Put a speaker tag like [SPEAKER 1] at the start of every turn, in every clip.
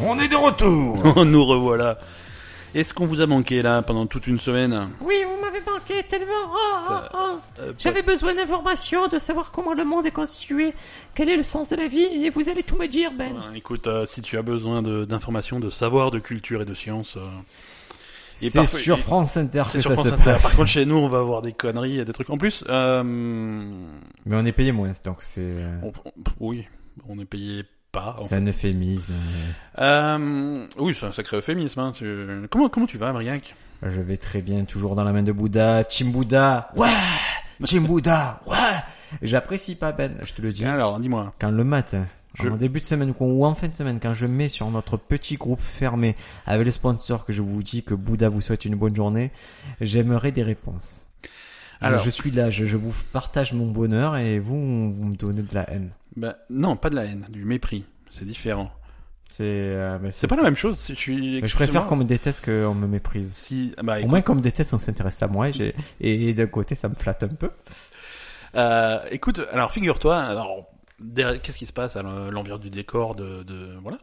[SPEAKER 1] On est de retour
[SPEAKER 2] Oh, Nous revoilà. Est-ce qu'on vous a manqué là pendant toute une semaine Euh,
[SPEAKER 3] Oui, vous m'avez manqué tellement. Oh, oh, oh. J'avais besoin d'informations, de savoir comment le monde est constitué, quel est le sens de la vie, et vous allez tout me dire, Ben.
[SPEAKER 2] Ben, Écoute, euh, si tu as besoin de- d'informations, de, savoir, de culture et de science. euh, et
[SPEAKER 4] C'est
[SPEAKER 2] parfois-
[SPEAKER 4] sur
[SPEAKER 2] et-
[SPEAKER 4] France Inter
[SPEAKER 2] c'est
[SPEAKER 4] que
[SPEAKER 2] sur
[SPEAKER 4] Ah, ça
[SPEAKER 2] France
[SPEAKER 4] se
[SPEAKER 2] Inter.
[SPEAKER 4] passe.
[SPEAKER 2] Par contre, chez nous, on va avoir des conneries et des trucs. En plus, euh,
[SPEAKER 4] Mais on est payé moins, donc c'est euh,
[SPEAKER 2] on- on- oui, on est payé pas. en
[SPEAKER 4] c'est un euphémisme.
[SPEAKER 2] Euh, oui, c'est un sacré euphémisme. Hein. tu- Comment, comment tu vas, Briac
[SPEAKER 4] Je vais très bien, toujours dans la main de Bouddha. Team Bouddha, ouais Team Bouddha, ouais J'apprécie pas Ben, je te le dis.
[SPEAKER 2] Alors, dis-moi.
[SPEAKER 4] Quand le matin,
[SPEAKER 2] Je-
[SPEAKER 4] en début de semaine ou en fin de semaine, quand je mets sur notre petit groupe fermé avec le sponsor que je vous dis que Bouddha vous souhaite une bonne journée, j'aimerais des réponses. Je-
[SPEAKER 2] Alors.
[SPEAKER 4] je, suis là, je, je vous partage mon bonheur et vous, vous me donnez de la haine.
[SPEAKER 2] Bah, non, pas de la haine, du mépris. C'est différent.
[SPEAKER 4] C'est euh, mais
[SPEAKER 2] C'est pas la même chose. si Je suis.
[SPEAKER 4] Mais je préfère
[SPEAKER 2] excuse-moi.
[SPEAKER 4] qu'on me déteste qu'on me méprise.
[SPEAKER 2] Si, bah,
[SPEAKER 4] Au
[SPEAKER 2] écoute,
[SPEAKER 4] moins qu'on me déteste, on s'intéresse à moi et, j'ai- et, et d'un côté ça me flatte un peu.
[SPEAKER 2] euh, écoute, alors figure-toi, alors derrière- qu'est-ce qui se passe à l'en- l'envers du décor de, de voilà.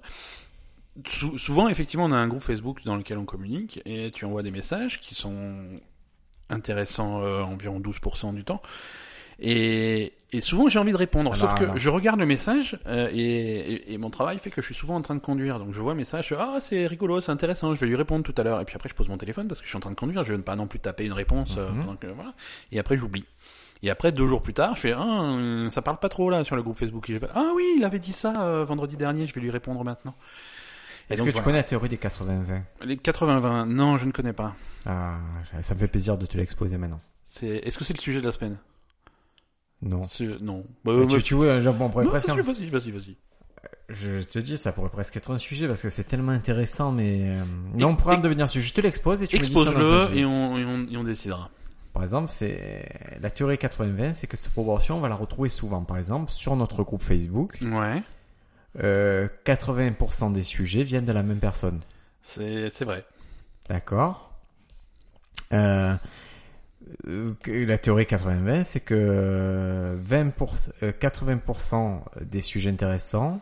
[SPEAKER 2] Sou- souvent, effectivement, on a un groupe Facebook dans lequel on communique et tu envoies des messages qui sont intéressants euh, environ 12% du temps. Et, et souvent, j'ai envie de répondre.
[SPEAKER 4] Alors,
[SPEAKER 2] Sauf que
[SPEAKER 4] alors.
[SPEAKER 2] je regarde le message euh, et, et- et mon travail fait que je suis souvent en train de conduire. Donc, je vois un message, je fais, ah, c'est rigolo, c'est intéressant, je vais lui répondre tout à l'heure. Et puis après, je pose mon téléphone parce que je suis en train de conduire. Je ne veux pas non plus taper une réponse. euh,
[SPEAKER 4] Mhm.
[SPEAKER 2] pendant que- voilà. Et après, j'oublie. Et après, deux jours plus tard, je fais ah, euh, ça parle pas trop là sur le groupe Facebook. Et je fais, ah oui, il avait dit ça euh, vendredi dernier, je vais lui répondre maintenant. Et
[SPEAKER 4] Est-ce
[SPEAKER 2] donc,
[SPEAKER 4] que tu
[SPEAKER 2] voilà.
[SPEAKER 4] connais la théorie des 80-20
[SPEAKER 2] Les 80-20, non, je ne connais pas.
[SPEAKER 4] Ah, ça me fait plaisir de te l'exposer maintenant.
[SPEAKER 2] C'est... Est-ce que c'est le sujet de la semaine
[SPEAKER 4] Non.
[SPEAKER 2] C'est- Non. Bah,
[SPEAKER 4] Mais
[SPEAKER 2] euh,
[SPEAKER 4] tu, tu vois, genre, bon, on pourrait
[SPEAKER 2] non,
[SPEAKER 4] presque...
[SPEAKER 2] vas-y, vas-y, vas-y, vas-y.
[SPEAKER 4] Je te dis, ça pourrait presque être un sujet parce que c'est tellement intéressant, mais euh, non, on pourrait en devenir un sujet. Je te l'expose et tu me dis si on en fait un
[SPEAKER 2] Expose-le
[SPEAKER 4] sujet.
[SPEAKER 2] et on, et on- et on décidera.
[SPEAKER 4] Par exemple, c'est la théorie 80-20, c'est que cette proportion, on va la retrouver souvent. Par exemple, sur notre groupe Facebook,
[SPEAKER 2] Ouais,
[SPEAKER 4] euh, 80% des sujets viennent de la même personne.
[SPEAKER 2] c'est, c'est vrai.
[SPEAKER 4] D'accord. Euh, euh, que- la théorie 80-20, c'est que 20 euh, 80% des sujets intéressants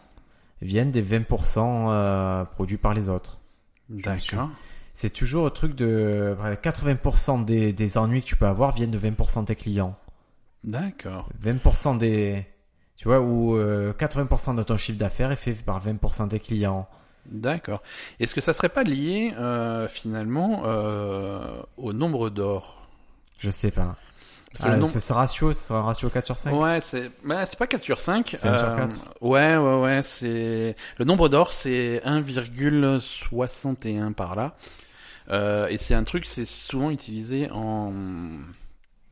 [SPEAKER 4] viennent des 20% euh, produits par les autres.
[SPEAKER 2] D'accord.
[SPEAKER 4] C'est toujours un truc de euh, 80% des, des ennuis que tu peux avoir viennent de 20% de tes clients.
[SPEAKER 2] D'accord.
[SPEAKER 4] 20% des... Tu vois, ou euh, 80% de ton chiffre d'affaires est fait par 20% des clients.
[SPEAKER 2] D'accord. Est-ce que ça serait pas lié euh, finalement euh, au nombre d'or
[SPEAKER 4] Je sais pas.
[SPEAKER 2] Parce que le
[SPEAKER 4] Ah,
[SPEAKER 2] nombre-
[SPEAKER 4] ce, ce ratio, ce sera un ratio 4 sur 5.
[SPEAKER 2] Ouais, c'est bah, c'est pas 4 sur 5.
[SPEAKER 4] C'est un sur quatre.
[SPEAKER 2] Ouais, ouais, ouais. c'est Le nombre d'or, c'est 1,61 par là. Euh, et c'est un truc, c'est souvent utilisé en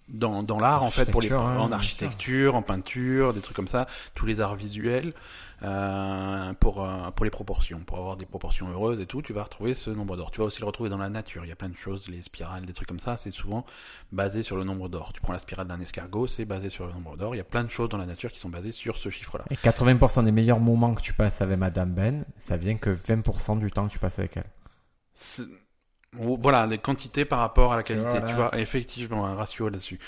[SPEAKER 2] dans, dans l'art en fait pour les
[SPEAKER 4] Architecture, hein,
[SPEAKER 2] en
[SPEAKER 4] bien
[SPEAKER 2] architecture en peinture des trucs comme ça tous les arts visuels euh, pour euh, pour les proportions pour avoir des proportions heureuses et tout tu vas retrouver ce nombre d'or tu vas aussi le retrouver dans la nature il y a plein de choses les spirales des trucs comme ça c'est souvent basé sur le nombre d'or tu prends la spirale d'un escargot c'est basé sur le nombre d'or il y a plein de choses dans la nature qui sont basées sur ce chiffre là
[SPEAKER 4] Et 80% des meilleurs moments que tu passes avec Madame Ben, ça vient que 20% du temps que tu passes avec elle.
[SPEAKER 2] C'est- Voilà, les quantités par rapport à la qualité,
[SPEAKER 4] Voilà.
[SPEAKER 2] tu vois, effectivement, un ratio là-dessus.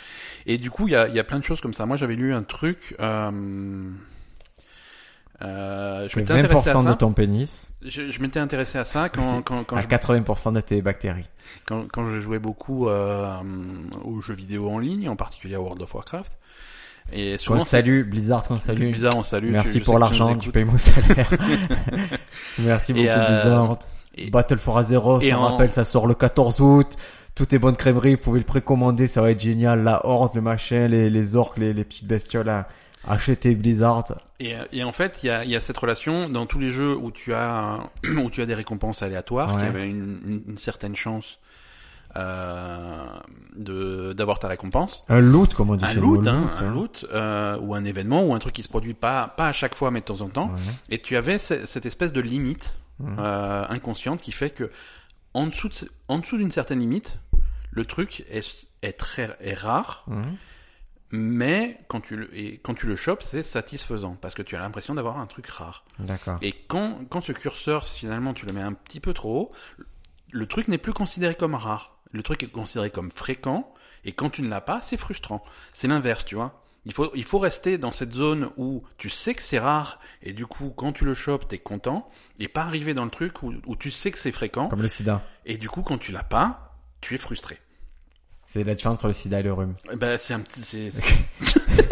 [SPEAKER 2] Et du coup, il y a, il y a plein de choses comme ça. Moi, j'avais lu un truc... Euh... euh, je
[SPEAKER 4] Que
[SPEAKER 2] m'étais intéressé à
[SPEAKER 4] 20% de
[SPEAKER 2] ça.
[SPEAKER 4] ton pénis
[SPEAKER 2] Je, je m'étais intéressé à ça quand
[SPEAKER 4] C'est-
[SPEAKER 2] quand quand
[SPEAKER 4] à
[SPEAKER 2] je,
[SPEAKER 4] 80% de tes bactéries.
[SPEAKER 2] quand, quand je jouais beaucoup euh, aux jeux vidéo en ligne, en particulier à World of Warcraft. Et
[SPEAKER 4] Qu'on
[SPEAKER 2] souvent, c'est
[SPEAKER 4] salue, Blizzard, qu'on salue.
[SPEAKER 2] bizarre, on salue. tu-
[SPEAKER 4] Merci
[SPEAKER 2] je
[SPEAKER 4] pour
[SPEAKER 2] sais que tu nous
[SPEAKER 4] l'argent, tu
[SPEAKER 2] écoutes.
[SPEAKER 4] payes mon salaire. Merci
[SPEAKER 2] Et,
[SPEAKER 4] beaucoup,
[SPEAKER 2] euh,
[SPEAKER 4] Blizzard.
[SPEAKER 2] et-
[SPEAKER 4] Battle for Azeroth,
[SPEAKER 2] et
[SPEAKER 4] on
[SPEAKER 2] en-
[SPEAKER 4] rappelle, ça sort le 14 août. Toutes les bonnes crèmeries, vous pouvez le précommander, ça va être génial. La horde, le machin, les, les orques, les, les petites bestioles. hein. Achetez Blizzard.
[SPEAKER 2] Et, et en fait, il y a, il y a cette relation dans tous les jeux où tu as un- où tu as des récompenses aléatoires,
[SPEAKER 4] Ouais.
[SPEAKER 2] qui avaient une, une- une certaine chance euh, de d'avoir ta récompense.
[SPEAKER 4] Un loot, comme on dit
[SPEAKER 2] Un
[SPEAKER 4] chez nous,
[SPEAKER 2] loot, hein,
[SPEAKER 4] loot,
[SPEAKER 2] un
[SPEAKER 4] hein.
[SPEAKER 2] loot, euh, ou un événement, ou un truc qui se produit pas pas à chaque fois, mais de temps en temps.
[SPEAKER 4] Ouais.
[SPEAKER 2] Et tu avais ce- cette espèce de limite
[SPEAKER 4] Mhm.
[SPEAKER 2] euh, inconsciente qui fait que en dessous de ce- en dessous d'une certaine limite, le truc est est très est rare.
[SPEAKER 4] Mhm.
[SPEAKER 2] Mais quand tu le, et quand tu le chopes, c'est satisfaisant parce que tu as l'impression d'avoir un truc rare.
[SPEAKER 4] D'accord.
[SPEAKER 2] Et quand, quand ce curseur, finalement, tu le mets un petit peu trop haut, le truc n'est plus considéré comme rare. Le truc est considéré comme fréquent. Et quand tu ne l'as pas, c'est frustrant. C'est l'inverse, tu vois. Il faut, il faut rester dans cette zone où tu sais que c'est rare et du coup quand tu le chopes t'es content et pas arriver dans le truc où, où tu sais que c'est fréquent
[SPEAKER 4] Comme le sida.
[SPEAKER 2] et du coup quand tu l'as pas tu es frustré.
[SPEAKER 4] C'est la différence entre le sida et le rhume.
[SPEAKER 2] Eh Ben c'est un petit c'est c'est-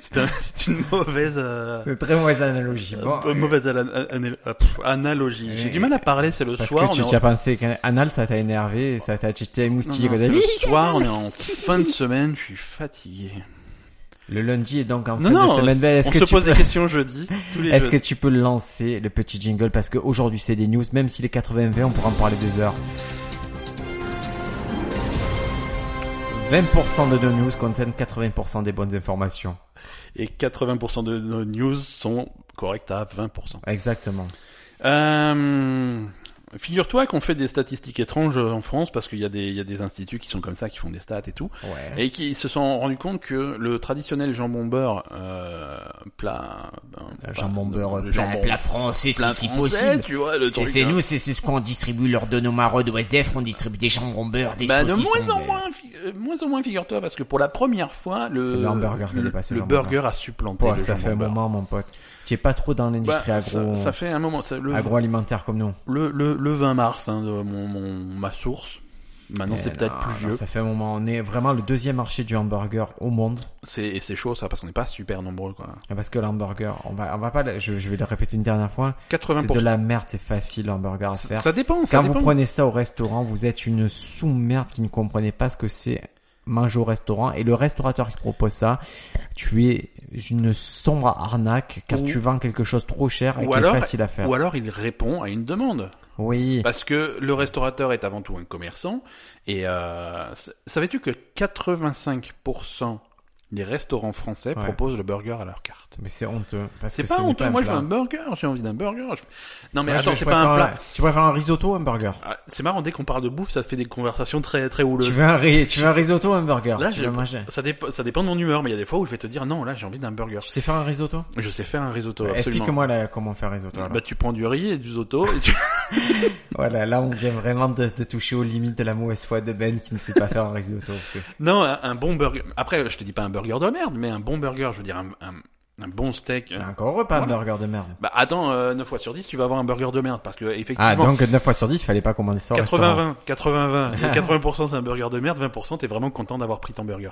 [SPEAKER 2] c'est un- c'est une mauvaise euh,
[SPEAKER 4] C'est très mauvaise analogie.
[SPEAKER 2] euh,
[SPEAKER 4] Bon,
[SPEAKER 2] mauvaise ala- ana- euh, pff, analogie. J'ai du mal à parler c'est le
[SPEAKER 4] parce
[SPEAKER 2] soir.
[SPEAKER 4] que
[SPEAKER 2] on
[SPEAKER 4] tu
[SPEAKER 2] est en-
[SPEAKER 4] t'y as pensé. qu'un Anal, ça t'a énervé, ça t'a acheté
[SPEAKER 2] Non,
[SPEAKER 4] moustillé.
[SPEAKER 2] non, c'est le soir, on est en fin de semaine, je suis fatigué.
[SPEAKER 4] Le lundi est donc en
[SPEAKER 2] Non,
[SPEAKER 4] fin
[SPEAKER 2] non,
[SPEAKER 4] de semaine. Ben, Est-ce
[SPEAKER 2] on
[SPEAKER 4] que,
[SPEAKER 2] se
[SPEAKER 4] tu
[SPEAKER 2] pose
[SPEAKER 4] peux...
[SPEAKER 2] des questions jeudi. Tous les
[SPEAKER 4] est-ce que
[SPEAKER 2] jeudis.
[SPEAKER 4] tu peux lancer le petit jingle Parce qu'aujourd'hui, c'est des news. Même si les 80-20, on pourra en parler des heures. 20% de nos news contiennent 80% des bonnes informations.
[SPEAKER 2] Et 80% de nos news sont correctes à 20%.
[SPEAKER 4] Exactement.
[SPEAKER 2] Euh, Figure-toi qu'on fait des statistiques étranges en France parce qu'il y, a des- il y a des instituts qui sont comme ça, qui font des stats et tout,
[SPEAKER 4] Ouais.
[SPEAKER 2] et qui se sont rendus compte que le traditionnel jambon beurre euh, plat, ben,
[SPEAKER 4] Euh,
[SPEAKER 2] pas-
[SPEAKER 4] jambon beurre,
[SPEAKER 2] le
[SPEAKER 1] Plat,
[SPEAKER 2] jambon
[SPEAKER 1] plat français,
[SPEAKER 2] plat
[SPEAKER 1] si, si
[SPEAKER 2] français,
[SPEAKER 1] possible.
[SPEAKER 2] tu vois le
[SPEAKER 1] C'est
[SPEAKER 2] truc.
[SPEAKER 1] c'est
[SPEAKER 2] hein.
[SPEAKER 1] nous, c'est c'est ce qu'on distribue lors de nos maraudes au SDF, on distribue des jambons beurre, des
[SPEAKER 2] Bah, de
[SPEAKER 1] saucissons.
[SPEAKER 2] moins en
[SPEAKER 1] des-
[SPEAKER 2] moins, fi- euh, moins en moins, figure-toi, parce que pour la première fois,
[SPEAKER 4] C'est
[SPEAKER 2] le,
[SPEAKER 4] le hamburger qui a
[SPEAKER 2] le,
[SPEAKER 4] dépassé
[SPEAKER 2] le
[SPEAKER 4] le hamburger.
[SPEAKER 2] burger a supplanté
[SPEAKER 4] Pouah,
[SPEAKER 2] le
[SPEAKER 4] ça
[SPEAKER 2] jambon
[SPEAKER 4] fait un
[SPEAKER 2] beurre.
[SPEAKER 4] moment, mon pote. Tu es pas trop dans
[SPEAKER 2] Bah,
[SPEAKER 4] l'industrie agro... hein.
[SPEAKER 2] ça, ça fait un moment. ça- le,
[SPEAKER 4] agroalimentaire comme nous.
[SPEAKER 2] le, le, le 20 mars, hein, de mon, mon- ma source. Maintenant,
[SPEAKER 4] Eh
[SPEAKER 2] c'est peut-être
[SPEAKER 4] non,
[SPEAKER 2] plus
[SPEAKER 4] non,
[SPEAKER 2] vieux.
[SPEAKER 4] Ça fait un moment. On est vraiment le deuxième marché du hamburger au monde.
[SPEAKER 2] C'est et c'est chaud ça parce qu'on n'est pas super nombreux quoi.
[SPEAKER 4] Parce que l'hamburger, on va, on va pas, le- je, je vais le répéter une dernière fois. C'est
[SPEAKER 2] 80%.
[SPEAKER 4] de la merde, c'est facile l'hamburger à faire.
[SPEAKER 2] Ça dépend. Ça
[SPEAKER 4] Quand vous
[SPEAKER 2] dépend.
[SPEAKER 4] prenez ça au restaurant, vous êtes une sous-merde qui ne comprenez pas ce que c'est manger au restaurant. Et le restaurateur qui propose ça, tu es une sombre arnaque car
[SPEAKER 2] Ou-
[SPEAKER 4] tu vends quelque chose trop cher et
[SPEAKER 2] Ou
[SPEAKER 4] qui
[SPEAKER 2] alors-
[SPEAKER 4] est facile à faire.
[SPEAKER 2] Ou alors Bah, il répond à une demande
[SPEAKER 4] Oui.
[SPEAKER 2] parce que le restaurateur est avant tout un commerçant et euh, sa- savais-tu que 85% des restaurants français
[SPEAKER 4] Ouais.
[SPEAKER 2] proposent le burger à leur carte.
[SPEAKER 4] Mais c'est honteux. parce
[SPEAKER 2] C'est
[SPEAKER 4] que
[SPEAKER 2] pas
[SPEAKER 4] ce n'est
[SPEAKER 2] honteux.
[SPEAKER 4] un
[SPEAKER 2] Moi je veux
[SPEAKER 4] plat.
[SPEAKER 2] un burger. J'ai envie d'un burger. Je- Non mais
[SPEAKER 4] Moi, je-
[SPEAKER 2] attends
[SPEAKER 4] je
[SPEAKER 2] c'est pas un
[SPEAKER 4] préfère
[SPEAKER 2] plat.
[SPEAKER 4] Tu préfères un risotto ou un burger
[SPEAKER 2] Ah, C'est marrant dès qu'on parle de bouffe ça fait des conversations très très houleuses.
[SPEAKER 4] Tu veux un, ri- tu veux un risotto ou un burger
[SPEAKER 2] Là,
[SPEAKER 4] tu,
[SPEAKER 2] j'ai-
[SPEAKER 4] veux manger.
[SPEAKER 2] Ça, dépend- ça dépend de mon humeur, mais il y a des fois où je vais te dire non, là j'ai envie d'un burger.
[SPEAKER 4] tu sais faire un risotto Eh,
[SPEAKER 2] Je sais faire un risotto. absolument.
[SPEAKER 4] Explique-moi là Bah, comment faire un risotto. alors.
[SPEAKER 2] Bah, tu prends du riz et du risotto et tu...
[SPEAKER 4] Voilà, là on vient vraiment de, de toucher aux limites de la mauvaise foi de Ben qui ne sait pas faire un risotto. c'est-
[SPEAKER 2] non, un, un bon burger. Après, je te dis pas un burger de merde, mais un bon burger, je veux dire un, un, un bon steak.
[SPEAKER 4] Mais encore heureux pas un
[SPEAKER 2] Voilà.
[SPEAKER 4] burger de merde.
[SPEAKER 2] Bah, attends, euh, 9 fois sur 10, tu vas avoir un burger de merde parce que effectivement.
[SPEAKER 4] Ah donc 9 fois sur 10 il fallait pas commander ça au 80
[SPEAKER 2] 80-20, 80-20. Les 80% c'est un burger de merde, 20% t'es vraiment content d'avoir pris ton burger.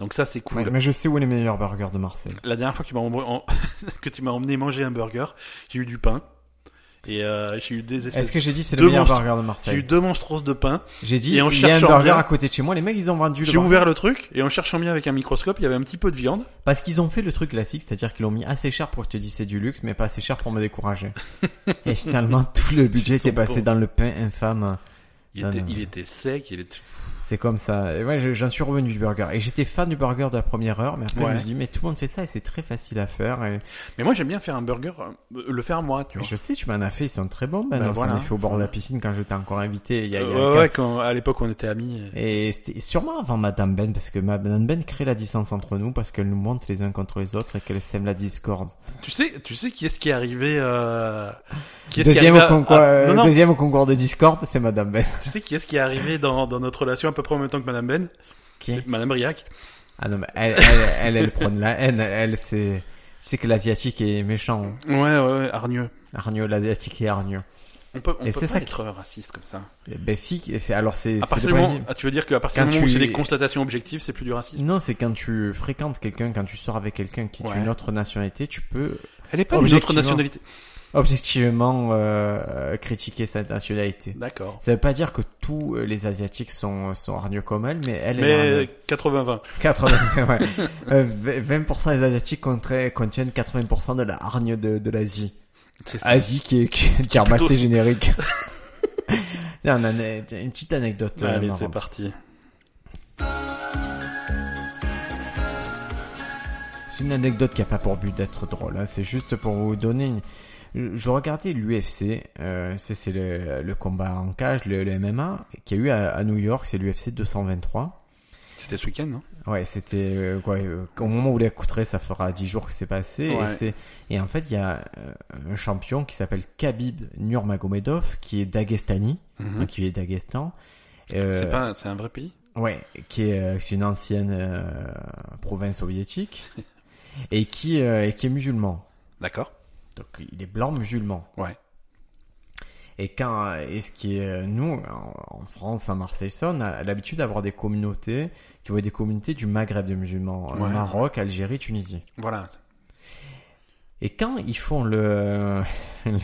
[SPEAKER 2] Donc ça c'est cool.
[SPEAKER 4] mais je sais où est les meilleurs burgers de Marseille.
[SPEAKER 2] La dernière fois que tu m'as emmené, en- que tu m'as emmené manger un burger, j'ai eu du pain et euh, j'ai eu des espèces.
[SPEAKER 4] Est-ce que j'ai dit c'est
[SPEAKER 2] Deux
[SPEAKER 4] le meilleur
[SPEAKER 2] monstres.
[SPEAKER 4] burger de
[SPEAKER 2] J'ai eu
[SPEAKER 4] Marseille
[SPEAKER 2] deux monstros de pain.
[SPEAKER 4] J'ai dit
[SPEAKER 2] Et en
[SPEAKER 4] il y a un
[SPEAKER 2] cherchant
[SPEAKER 4] burger
[SPEAKER 2] bien-
[SPEAKER 4] à côté de chez moi, les mecs ils ont vendu le
[SPEAKER 2] J'ai
[SPEAKER 4] burger.
[SPEAKER 2] ouvert le truc et en cherchant bien avec un microscope, il y avait un petit peu de viande.
[SPEAKER 4] Parce qu'ils ont fait le truc classique, c'est-à-dire qu'ils l'ont mis assez cher pour que je te dise c'est du luxe, mais pas assez cher pour me décourager. Et finalement, tout le budget
[SPEAKER 2] Ils sont
[SPEAKER 4] était passé
[SPEAKER 2] pauvres.
[SPEAKER 4] dans le pain infâme.
[SPEAKER 2] Il,
[SPEAKER 4] Non,
[SPEAKER 2] était,
[SPEAKER 4] non,
[SPEAKER 2] il
[SPEAKER 4] non.
[SPEAKER 2] était sec, il était.
[SPEAKER 4] C'est comme ça. Et ouais, je- j'en suis revenu du burger. Et j'étais fan du burger de la première heure, mais après
[SPEAKER 2] Ouais.
[SPEAKER 4] je me suis dit, mais tout le monde fait ça et c'est très facile à faire. Et
[SPEAKER 2] Mais moi j'aime bien faire un burger, euh, le faire moi, tu
[SPEAKER 4] Mais
[SPEAKER 2] vois.
[SPEAKER 4] je sais, tu m'en as fait, ils sont très bons.
[SPEAKER 2] Bah
[SPEAKER 4] Ben, on
[SPEAKER 2] voilà.
[SPEAKER 4] s'en est fait au bord de la piscine quand j'étais encore invité. Il y a, il y a
[SPEAKER 2] Euh, ouais,
[SPEAKER 4] quatre-
[SPEAKER 2] ouais, quand, à l'époque on était amis. euh,
[SPEAKER 4] Et c'était sûrement avant Madame Ben, parce que Madame Ben crée la distance entre nous, parce qu'elle nous monte les uns contre les autres et qu'elle sème la discorde.
[SPEAKER 2] Tu sais, tu sais qui est-ce qui est arrivé. Euh... Qui est-ce qui est
[SPEAKER 4] Deuxième,
[SPEAKER 2] arrivé
[SPEAKER 4] au
[SPEAKER 2] à-
[SPEAKER 4] concours,
[SPEAKER 2] à-
[SPEAKER 4] euh,
[SPEAKER 2] Ah, non, non,
[SPEAKER 4] deuxième au concours de discorde, c'est Madame Ben.
[SPEAKER 2] tu sais qui est-ce qui est arrivé dans, dans notre relation à peu près en même temps que Madame Ben
[SPEAKER 4] Qui
[SPEAKER 2] C'est Madame Briac.
[SPEAKER 4] Ah non, mais elle, elle, elle, elle prône la haine. Elle, c'est, c'est que l'asiatique est méchant.
[SPEAKER 2] Ouais, ouais, ouais, hargneux.
[SPEAKER 4] Hargneux, l'asiatique est hargneux.
[SPEAKER 2] On peut, on
[SPEAKER 4] Et
[SPEAKER 2] peut
[SPEAKER 4] c'est
[SPEAKER 2] pas
[SPEAKER 4] ça qui-
[SPEAKER 2] être raciste comme ça.
[SPEAKER 4] Ben si, et c'est, alors c'est,
[SPEAKER 2] À
[SPEAKER 4] c'est
[SPEAKER 2] partir
[SPEAKER 4] le
[SPEAKER 2] du moment,
[SPEAKER 4] principe.
[SPEAKER 2] ah, tu veux dire qu'à partir du
[SPEAKER 4] Quand
[SPEAKER 2] moment où
[SPEAKER 4] tu-
[SPEAKER 2] c'est des constatations objectives, c'est plus du racisme.
[SPEAKER 4] Non, c'est quand tu fréquentes quelqu'un, quand tu sors avec quelqu'un qui est
[SPEAKER 2] Ouais.
[SPEAKER 4] une autre nationalité, tu peux
[SPEAKER 2] Elle est pas d'une autre
[SPEAKER 4] Objectivement.
[SPEAKER 2] nationalité.
[SPEAKER 4] objectivement euh, critiquer cette nationalité.
[SPEAKER 2] D'accord.
[SPEAKER 4] Ça veut pas dire que tous euh, les asiatiques sont sont hargneux comme elle, mais elle
[SPEAKER 2] Mais
[SPEAKER 4] est
[SPEAKER 2] 80-20.
[SPEAKER 4] hargneuse. 80, ouais. Euh, v- 20% des asiatiques contra- contiennent 80% de la hargne de, de l'Asie.
[SPEAKER 2] C'est ça.
[SPEAKER 4] Asie qui est, qui est un terme
[SPEAKER 2] plutôt-
[SPEAKER 4] assez générique. Là, on en est- une petite anecdote. euh,
[SPEAKER 2] Bah, Allez, c'est
[SPEAKER 4] marrante.
[SPEAKER 2] parti.
[SPEAKER 4] C'est une anecdote qui a pas pour but d'être drôle, hein, c'est juste pour vous donner une... Je je regardais l'UFC, euh, c'est c'est le, le combat en cage, le, le MMA, qui a eu à, à New York, c'est l'UFC 223.
[SPEAKER 2] C'était ce week-end, non
[SPEAKER 4] Ouais, c'était euh, quoi euh, Au moment où les couterait, ça fera 10 jours que c'est passé.
[SPEAKER 2] Ouais.
[SPEAKER 4] Et, c'est- et en fait, il y a euh, un champion qui s'appelle Khabib Nurmagomedov, qui est d'Agestani,
[SPEAKER 2] Mhm.
[SPEAKER 4] donc qui est d'Aghestan. Euh,
[SPEAKER 2] C'est pas, c'est un vrai pays.
[SPEAKER 4] Ouais, qui est, euh, c'est une ancienne euh, province soviétique et qui, euh, et qui est musulman.
[SPEAKER 2] D'accord.
[SPEAKER 4] Donc il est blanc musulman.
[SPEAKER 2] Ouais.
[SPEAKER 4] Et quand et ce qui est euh, nous en, en France, à Marseille, ça, on a l'habitude d'avoir des communautés qui vont être des communautés du Maghreb de musulmans, euh,
[SPEAKER 2] Ouais.
[SPEAKER 4] Maroc, Algérie, Tunisie.
[SPEAKER 2] Voilà.
[SPEAKER 4] Et quand ils font le le-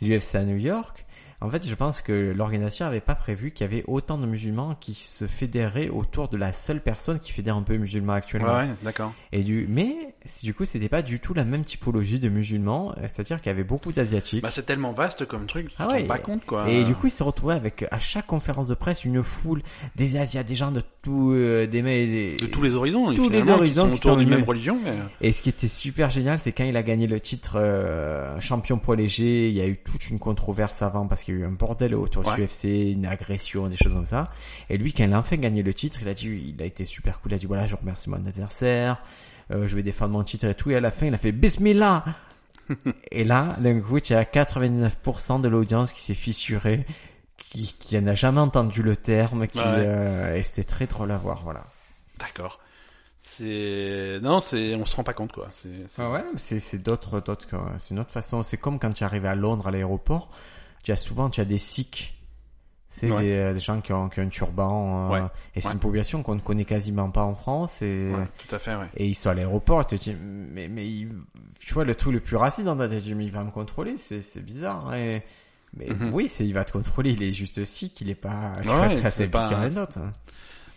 [SPEAKER 4] l'UFC à New York, en fait, je pense que l'organisation avait pas prévu qu'il y avait autant de musulmans qui se fédéraient autour de la seule personne qui fédère un peu les musulmans
[SPEAKER 2] Ouais,
[SPEAKER 4] actuellement.
[SPEAKER 2] ouais, d'accord.
[SPEAKER 4] Et du, mais c'est- du coup, c'était pas du tout la même typologie de musulmans, euh, c'est-à-dire qu'il y avait beaucoup d'asiatiques.
[SPEAKER 2] Bah, c'est tellement vaste comme truc, tu
[SPEAKER 4] Ah
[SPEAKER 2] te
[SPEAKER 4] ouais.
[SPEAKER 2] rends pas compte, quoi.
[SPEAKER 4] Et du coup, il se retrouvait avec à chaque conférence de presse une foule des Asiates, des gens de tous euh, des, des
[SPEAKER 2] de tous les horizons,
[SPEAKER 4] tous les
[SPEAKER 2] finalement,
[SPEAKER 4] horizons
[SPEAKER 2] qui
[SPEAKER 4] qui
[SPEAKER 2] sont autour
[SPEAKER 4] sont
[SPEAKER 2] d'une
[SPEAKER 4] venus.
[SPEAKER 2] même religion. mais- euh,
[SPEAKER 4] Et ce qui était super génial, c'est quand il a gagné le titre euh, champion poids léger, il y a eu toute une controverse avant parce qu'il y a eu un bordel autour
[SPEAKER 2] Ouais.
[SPEAKER 4] du UFC, une agression, des choses comme ça. Et lui, quand il a enfin gagné le titre, il a dit, il a été super cool, il a dit voilà, je remercie mon adversaire, euh, je vais défendre mon titre et tout. Et à la fin, il a fait Bismillah. et là, d'un coup, il y a 99% de l'audience qui s'est fissurée, qui, qui n'a jamais entendu le terme, qui
[SPEAKER 2] Ouais.
[SPEAKER 4] euh, et c'était très drôle à voir, voilà.
[SPEAKER 2] D'accord. C'est non, c'est on se rend pas compte quoi. C'est c'est-
[SPEAKER 4] Ah ouais, mais c'est c'est d'autres d'autres que- c'est une autre façon. C'est comme quand tu arrives à Londres à l'aéroport, tu as souvent tu as des sikhs, c'est
[SPEAKER 2] Ouais.
[SPEAKER 4] des, euh, des gens qui ont, qui ont un turban euh,
[SPEAKER 2] Ouais.
[SPEAKER 4] et c'est
[SPEAKER 2] Ouais.
[SPEAKER 4] une population qu'on ne connaît quasiment pas en France et
[SPEAKER 2] Ouais, tout à fait, ouais.
[SPEAKER 4] et ils sont à l'aéroport, et tu te dis mais mais il- tu vois le truc le plus raciste dans ta tête, tu te dis, mais il va me contrôler, c'est c'est bizarre hein, et mais
[SPEAKER 2] Mhm.
[SPEAKER 4] oui, c'est il va te contrôler, il est juste sikh, il est pas
[SPEAKER 2] Ouais, c'est
[SPEAKER 4] ça, c'est
[SPEAKER 2] pas-
[SPEAKER 4] pas comme les autres.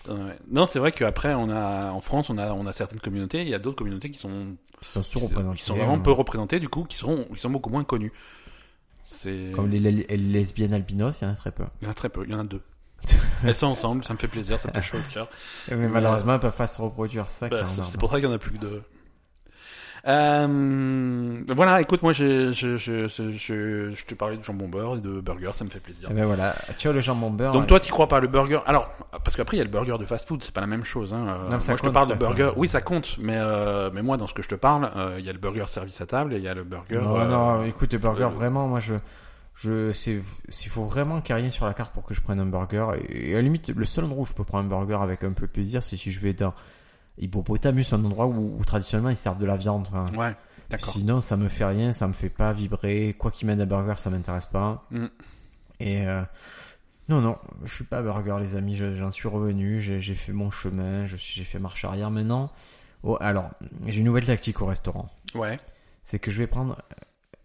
[SPEAKER 2] Ouais. Non, c'est vrai qu'après on a en France, on a on a certaines communautés, il y a d'autres communautés qui sont
[SPEAKER 4] Ils sont hein.
[SPEAKER 2] qui, sont-
[SPEAKER 4] sous-représentés.
[SPEAKER 2] qui sont vraiment peu représentées du coup, qui sont qui sont beaucoup moins connues. C'est
[SPEAKER 4] Comme les, les- les lesbiennes albinos, il y en a très peu.
[SPEAKER 2] il y en a très peu, il y en a deux. Elles sont ensemble, ça me fait plaisir, ça me fait chaud au cœur.
[SPEAKER 4] Mais Eh malheureusement, elles peuvent pas se reproduire ça.
[SPEAKER 2] Bah,
[SPEAKER 4] qui est
[SPEAKER 2] c'est
[SPEAKER 4] énorme.
[SPEAKER 2] c'est pour ça qu'il y en a plus que deux. Euh, voilà, écoute, moi je, je, je, je, je, je te parlais de jambon beurre et de burger, ça me fait plaisir.
[SPEAKER 4] Eh ben voilà, tu as le jambon beurre. hein,
[SPEAKER 2] Donc toi, tu crois pas le burger Alors, parce qu'après il y a le burger de fast-food, c'est pas la même chose. Hein. Euh,
[SPEAKER 4] mais ça
[SPEAKER 2] moi, je te
[SPEAKER 4] compte,
[SPEAKER 2] parle
[SPEAKER 4] ça,
[SPEAKER 2] de burger.
[SPEAKER 4] quand même.
[SPEAKER 2] Oui, ça compte, mais euh, mais moi, dans ce que je te parle, euh, il y a le burger service à table et il y a le burger.
[SPEAKER 4] Non,
[SPEAKER 2] euh,
[SPEAKER 4] non, écoute, le burger,
[SPEAKER 2] euh,
[SPEAKER 4] vraiment, moi, je, je, c'est, s'il faut vraiment qu'il y ait rien sur la carte pour que je prenne un burger, et à la limite, le seul endroit où je peux prendre un burger avec un peu de plaisir, c'est si je vais dans Hippopotamus, un endroit où, où traditionnellement ils servent de la viande. hein.
[SPEAKER 2] Ouais, d'accord.
[SPEAKER 4] Sinon, ça me fait rien, ça me fait pas vibrer. Quoi qu'il mène un burger, ça m'intéresse pas.
[SPEAKER 2] Mm.
[SPEAKER 4] Et euh, non, non, je suis pas burger, les amis. je- J'en suis revenu, j'ai j'ai fait mon chemin, je suis- j'ai fait marche arrière maintenant. Oh, alors, j'ai une nouvelle tactique au restaurant.
[SPEAKER 2] Ouais,
[SPEAKER 4] C'est que je vais prendre,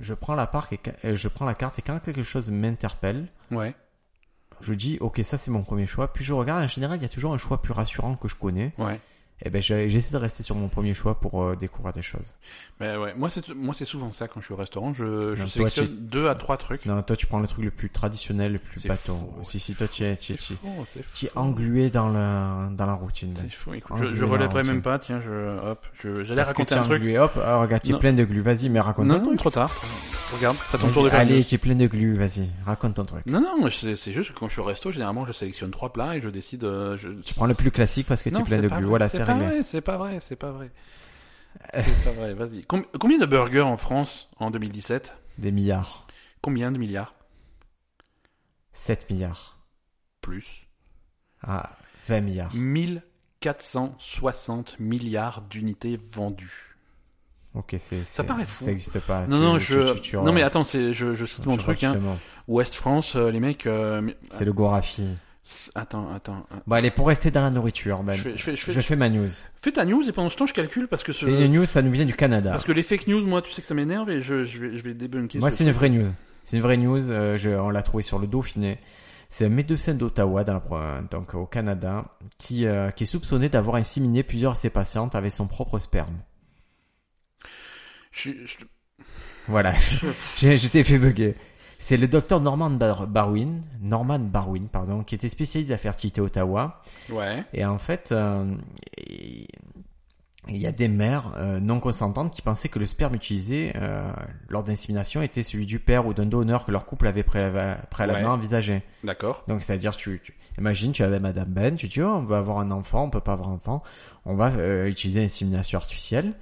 [SPEAKER 4] je prends la part et ca- euh, je prends la carte et quand quelque chose m'interpelle,
[SPEAKER 2] ouais,
[SPEAKER 4] je dis ok, ça c'est mon premier choix. Puis je regarde. En général, il y a toujours un choix plus rassurant que je connais.
[SPEAKER 2] ouais.
[SPEAKER 4] Et ben, j'ai- j'essaie de rester sur mon premier choix pour euh, découvrir des choses.
[SPEAKER 2] Mais ouais, moi c'est moi c'est souvent ça quand je suis au restaurant, je, je
[SPEAKER 4] toi,
[SPEAKER 2] sélectionne
[SPEAKER 4] tu-
[SPEAKER 2] deux à trois trucs.
[SPEAKER 4] Non, toi tu prends le truc le plus traditionnel, le plus
[SPEAKER 2] C'est
[SPEAKER 4] bâton.
[SPEAKER 2] faux,
[SPEAKER 4] Si, si, toi tu es, tu es- tu es-
[SPEAKER 2] Oh, c'est
[SPEAKER 4] tu es
[SPEAKER 2] fou.
[SPEAKER 4] englué dans la, dans la routine.
[SPEAKER 2] C'est fou. Écoute,
[SPEAKER 4] Englué
[SPEAKER 2] je, je
[SPEAKER 4] dans la
[SPEAKER 2] relèverai
[SPEAKER 4] routine.
[SPEAKER 2] même pas. Tiens, je hop, je- j'allais
[SPEAKER 4] Parce que
[SPEAKER 2] raconter
[SPEAKER 4] t'es
[SPEAKER 2] un truc.
[SPEAKER 4] englué, hop, ah, regarde, tu es
[SPEAKER 2] Non.
[SPEAKER 4] plein de glu, vas-y, mais raconte
[SPEAKER 2] Non,
[SPEAKER 4] ton
[SPEAKER 2] non,
[SPEAKER 4] truc.
[SPEAKER 2] trop tard. Regarde, ça tombe tour de
[SPEAKER 4] Allez,
[SPEAKER 2] cardio.
[SPEAKER 4] tu es plein de glu, vas-y, raconte ton truc.
[SPEAKER 2] Non, non, c'est c'est juste que quand je suis au resto, généralement, je sélectionne trois plats et je décide. euh, je...
[SPEAKER 4] Tu prends le plus classique parce que tu es
[SPEAKER 2] Non,
[SPEAKER 4] plein
[SPEAKER 2] c'est
[SPEAKER 4] de
[SPEAKER 2] pas
[SPEAKER 4] glu.
[SPEAKER 2] vrai,
[SPEAKER 4] Voilà, c'est
[SPEAKER 2] pas
[SPEAKER 4] réglé.
[SPEAKER 2] vrai, C'est pas vrai, c'est pas vrai. C'est pas vrai, vas-y. Com- combien de burgers en France en 2017
[SPEAKER 4] Des milliards.
[SPEAKER 2] Combien de milliards
[SPEAKER 4] 7 milliards.
[SPEAKER 2] Plus.
[SPEAKER 4] Ah, 20 milliards.
[SPEAKER 2] 1460 milliards d'unités vendues.
[SPEAKER 4] Ok, c'est.
[SPEAKER 2] Ça
[SPEAKER 4] c'est-
[SPEAKER 2] paraît fou.
[SPEAKER 4] Ça n'existe pas.
[SPEAKER 2] Non,
[SPEAKER 4] Tu-
[SPEAKER 2] non,
[SPEAKER 4] tu-
[SPEAKER 2] je.
[SPEAKER 4] tu- tu-
[SPEAKER 2] non, mais attends, c'est- je, je cite mon
[SPEAKER 4] tu
[SPEAKER 2] truc. Hein.
[SPEAKER 4] justement.
[SPEAKER 2] Ouest France, euh, les mecs. euh, mais-
[SPEAKER 4] C'est le Gorafi.
[SPEAKER 2] Attends, attends. euh,
[SPEAKER 4] Bon, allez, pour rester dans la nourriture, ben,
[SPEAKER 2] Je fais, je fais- je fais-
[SPEAKER 4] je fais ma news.
[SPEAKER 2] fais ta news et pendant ce temps, je calcule parce que ce.
[SPEAKER 4] C'est une news, ça nous vient du Canada.
[SPEAKER 2] Parce que les fake news, moi, tu sais que ça m'énerve et je, je vais, je vais débunker.
[SPEAKER 4] Ah. Moi,
[SPEAKER 2] ce
[SPEAKER 4] c'est une vraie news. C'est une vraie news. euh, je- on l'a trouvé sur le Dauphiné. C'est un médecin d'Ottawa, dans la pro- donc au Canada, qui, euh, qui est soupçonné d'avoir inséminé plusieurs de ses patientes avec son propre sperme.
[SPEAKER 2] Je suis- je-
[SPEAKER 4] Voilà, J'ai- je t'ai fait bugger. C'est le docteur Norman Bar- Barwin, Norman Barwin, pardon, qui était spécialiste de la fertilité à Ottawa,
[SPEAKER 2] Ouais.
[SPEAKER 4] Et en fait, euh, il il y a des mères euh, non consentantes qui pensaient que le sperme utilisé euh, lors d'insémination était celui du père ou d'un donneur que leur couple avait pré- préalablement
[SPEAKER 2] Ouais.
[SPEAKER 4] envisagé.
[SPEAKER 2] D'accord.
[SPEAKER 4] Donc c'est-à-dire, tu, tu- imagines, tu avais Madame Ben, tu dis, oh, on veut avoir un enfant, on peut pas avoir un enfant, on va euh, utiliser l'insémination artificielle.